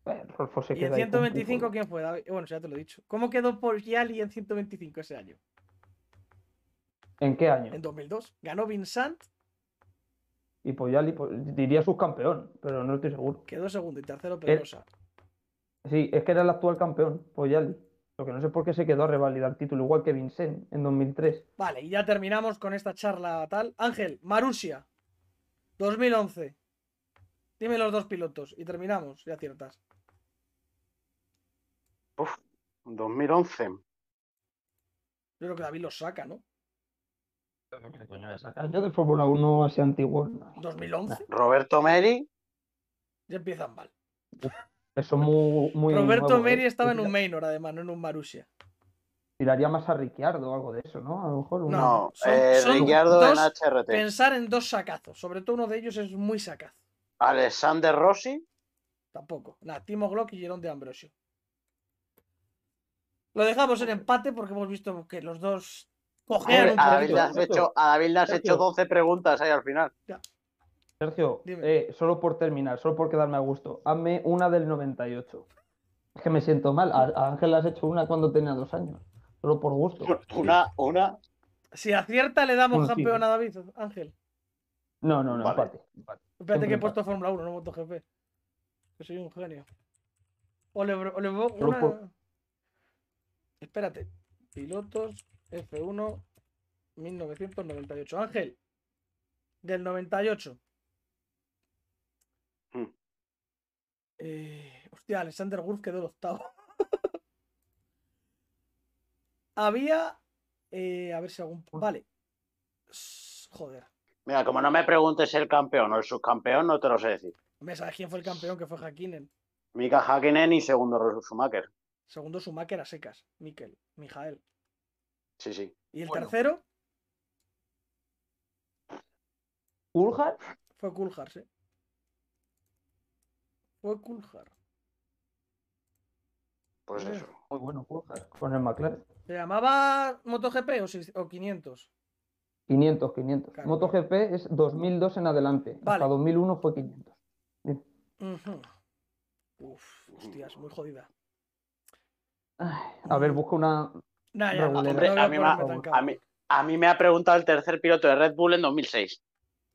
C: Eh, Rolfo se
A: ¿Y en
C: queda ahí con
A: 125
C: Pujol.
A: quién fue? David? Bueno, ya te lo he dicho. ¿Cómo quedó Porgiali en 125 ese año?
C: ¿En qué año?
A: En 2002. Ganó Vincent,
C: Y Poyali pues, diría subcampeón, pero no estoy seguro.
A: quedó segundo y
C: Eh,
A: tercero Pedrosa.
C: Sí, es que era el actual campeón, Poyali. Lo que no sé por qué se quedó a revalidar el título, igual que Vincent en 2003.
A: Vale, y ya terminamos con esta charla tal. Ángel, Marusia, 2011. Dime los dos pilotos y terminamos, ya ciertas.
B: 2011.
A: Yo creo que David los saca, ¿no?
C: Año de Fórmula 1 así antiguo. no.
A: 2011.
B: Roberto Meri.
A: Ya empiezan mal.
C: Eso es muy, muy
A: Roberto
C: nuevo, ¿eh?
A: Meri estaba en un
C: Tira-
A: Maynor, además, no en un Marusia.
C: Tiraría más a Ricciardo o algo de eso, ¿no? A lo mejor una-
B: No,
A: son-
B: eh,
A: son
B: Ricciardo en
A: dos
B: HRT.
A: Pensar en dos sacazos, sobre todo uno de ellos es muy sacazo.
B: Alexander Rossi.
A: Tampoco. Nada, Timo Glock y Jerón de Ambrosio. Lo dejamos en empate porque hemos visto que los dos cojean un
B: Hombre, Eh, a, David
A: poquito.
B: le has hecho, a David le has hecho 12 preguntas ahí al final.
C: Sergio,
A: Dime.
C: eh, solo por terminar, solo por quedarme a gusto, hazme una del 98. Es que me siento mal. A, a Ángel le has hecho una cuando tenía dos años. Solo por gusto.
B: Una, una.
A: Si acierta, le damos
C: Bueno, sí.
A: campeón a David, Ángel.
C: No, no, no,
B: Vale.
C: empate. empate.
A: Espérate que he
C: Siempre
A: puesto Fórmula 1, no MotoGP. Que soy un genio. O le, o le pongo
C: Solo
A: una-
C: por-
A: Espérate. Pilotos F1 1998. Ángel. Del 98.
B: Hmm.
A: Eh, hostia, Alexander Wurz quedó el octavo. Había. eh, a ver si algún. Vale. S- Joder.
B: Mira, como no me preguntes el campeón o el subcampeón, no te lo sé decir.
A: Me sabes quién fue el campeón que fue Hakkinen.
B: Mika Hakkinen y segundo Ross Schumacher.
A: Segundo Schumacher a secas, Mikel, Mijael.
B: Sí, sí.
A: Y el
B: Bueno.
A: tercero,
C: ¿Coulthard?
A: Fue Coulthard, sí. Fue Coulthard.
B: Pues eso.
C: Muy bueno, Coulthard. Con el McLaren.
A: ¿Se llamaba MotoGP o, seis- o 500?
C: 500, 500.
A: Claro.
C: MotoGP es 2002 en adelante.
A: Vale.
C: Hasta 2001 fue 500.
A: Ujú. Uf, hostias, muy jodida.
C: Ay, a ver, busca una...
A: Nah, ya,
C: Regular.
A: no
B: Hombre,
A: voy
B: a mí me ha-
A: ponerme tan cabrón.
B: A mí, a mí me ha preguntado el tercer piloto de Red Bull en 2006.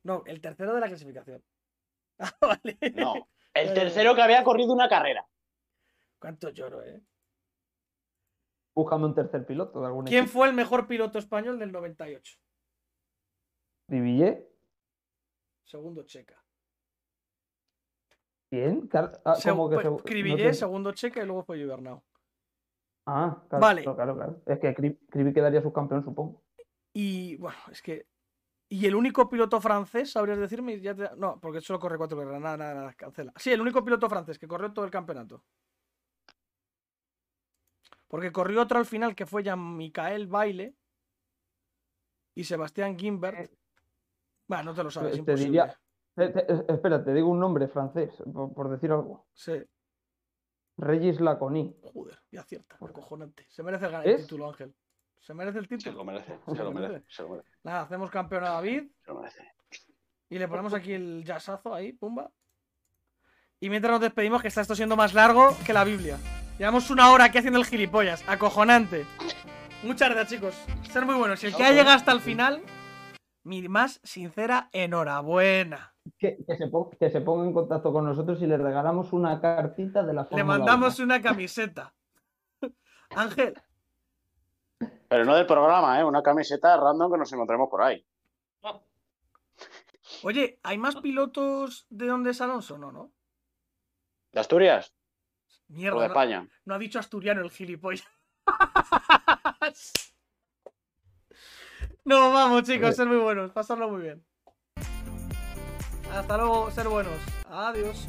A: No, el tercero de la clasificación. Ah, vale.
B: No, el
A: Eh.
B: tercero que había corrido una carrera.
A: Cuánto lloro, eh.
C: Búscame un tercer piloto de algún
A: ¿Quién
C: equipo.
A: fue el mejor piloto español del 98?
C: ¿Divillé?
A: Segundo Checa.
C: ¿Quién? Car- ah,
A: Segu-
C: ¿cómo que
A: pues,
C: segu- no
A: Cribillé,
C: tiene-
A: segundo Checa y luego fue Gibernau.
C: Ah, claro,
A: Vale.
C: claro, claro. Es que Cri- Crivi quedaría subcampeón, supongo.
A: Y bueno, es que. ¿Y el único piloto francés, sabrías decirme? Ya te- No, porque solo corre cuatro carreras. Nada, nada, nada, cancela. Sí, el único piloto francés que corrió todo el campeonato. Porque corrió otro al final que fue Jean-Michael Baile y Sebastián Gimbert. Bueno, no te lo sabes,
C: Eh. te
A: imposible.
C: diría- Te- te- es- espera, te Eh, digo un nombre francés, por, por decir algo.
A: Sí,
C: Regis Laconi.
A: joder, y acierta,
C: Joder.
A: acojonante. Se merece ganar el
C: ¿Es?
A: título, Ángel. Se merece el
B: Se lo
A: título.
B: merece, se lo merece, se lo merece,
A: Nada, hacemos campeón a David.
B: se lo merece.
A: Y le ponemos aquí el jazzazo ahí, pumba. Y mientras nos despedimos, que está esto siendo más largo que la Biblia. Llevamos una hora aquí haciendo el gilipollas. Acojonante. Muchas gracias, chicos. Ser muy buenos. Y el que ha llegado hasta el final, mi más sincera enhorabuena.
C: Que, que se pon- que se ponga en contacto con nosotros y le regalamos una cartita de la
A: Le
C: Fórmula
A: mandamos
C: 1.
A: una camiseta. Ángel,
B: Pero no del programa, ¿eh? Una camiseta random que nos encontremos por ahí.
A: oye, ¿hay más pilotos de donde es Alonso? No, no.
B: ¿De Asturias o de
A: Mierda, no,
B: España?
A: no ha dicho asturiano el gilipollas. No, vamos, chicos, ser muy buenos, pasarlo muy bien. Hasta luego, ser buenos. Adiós.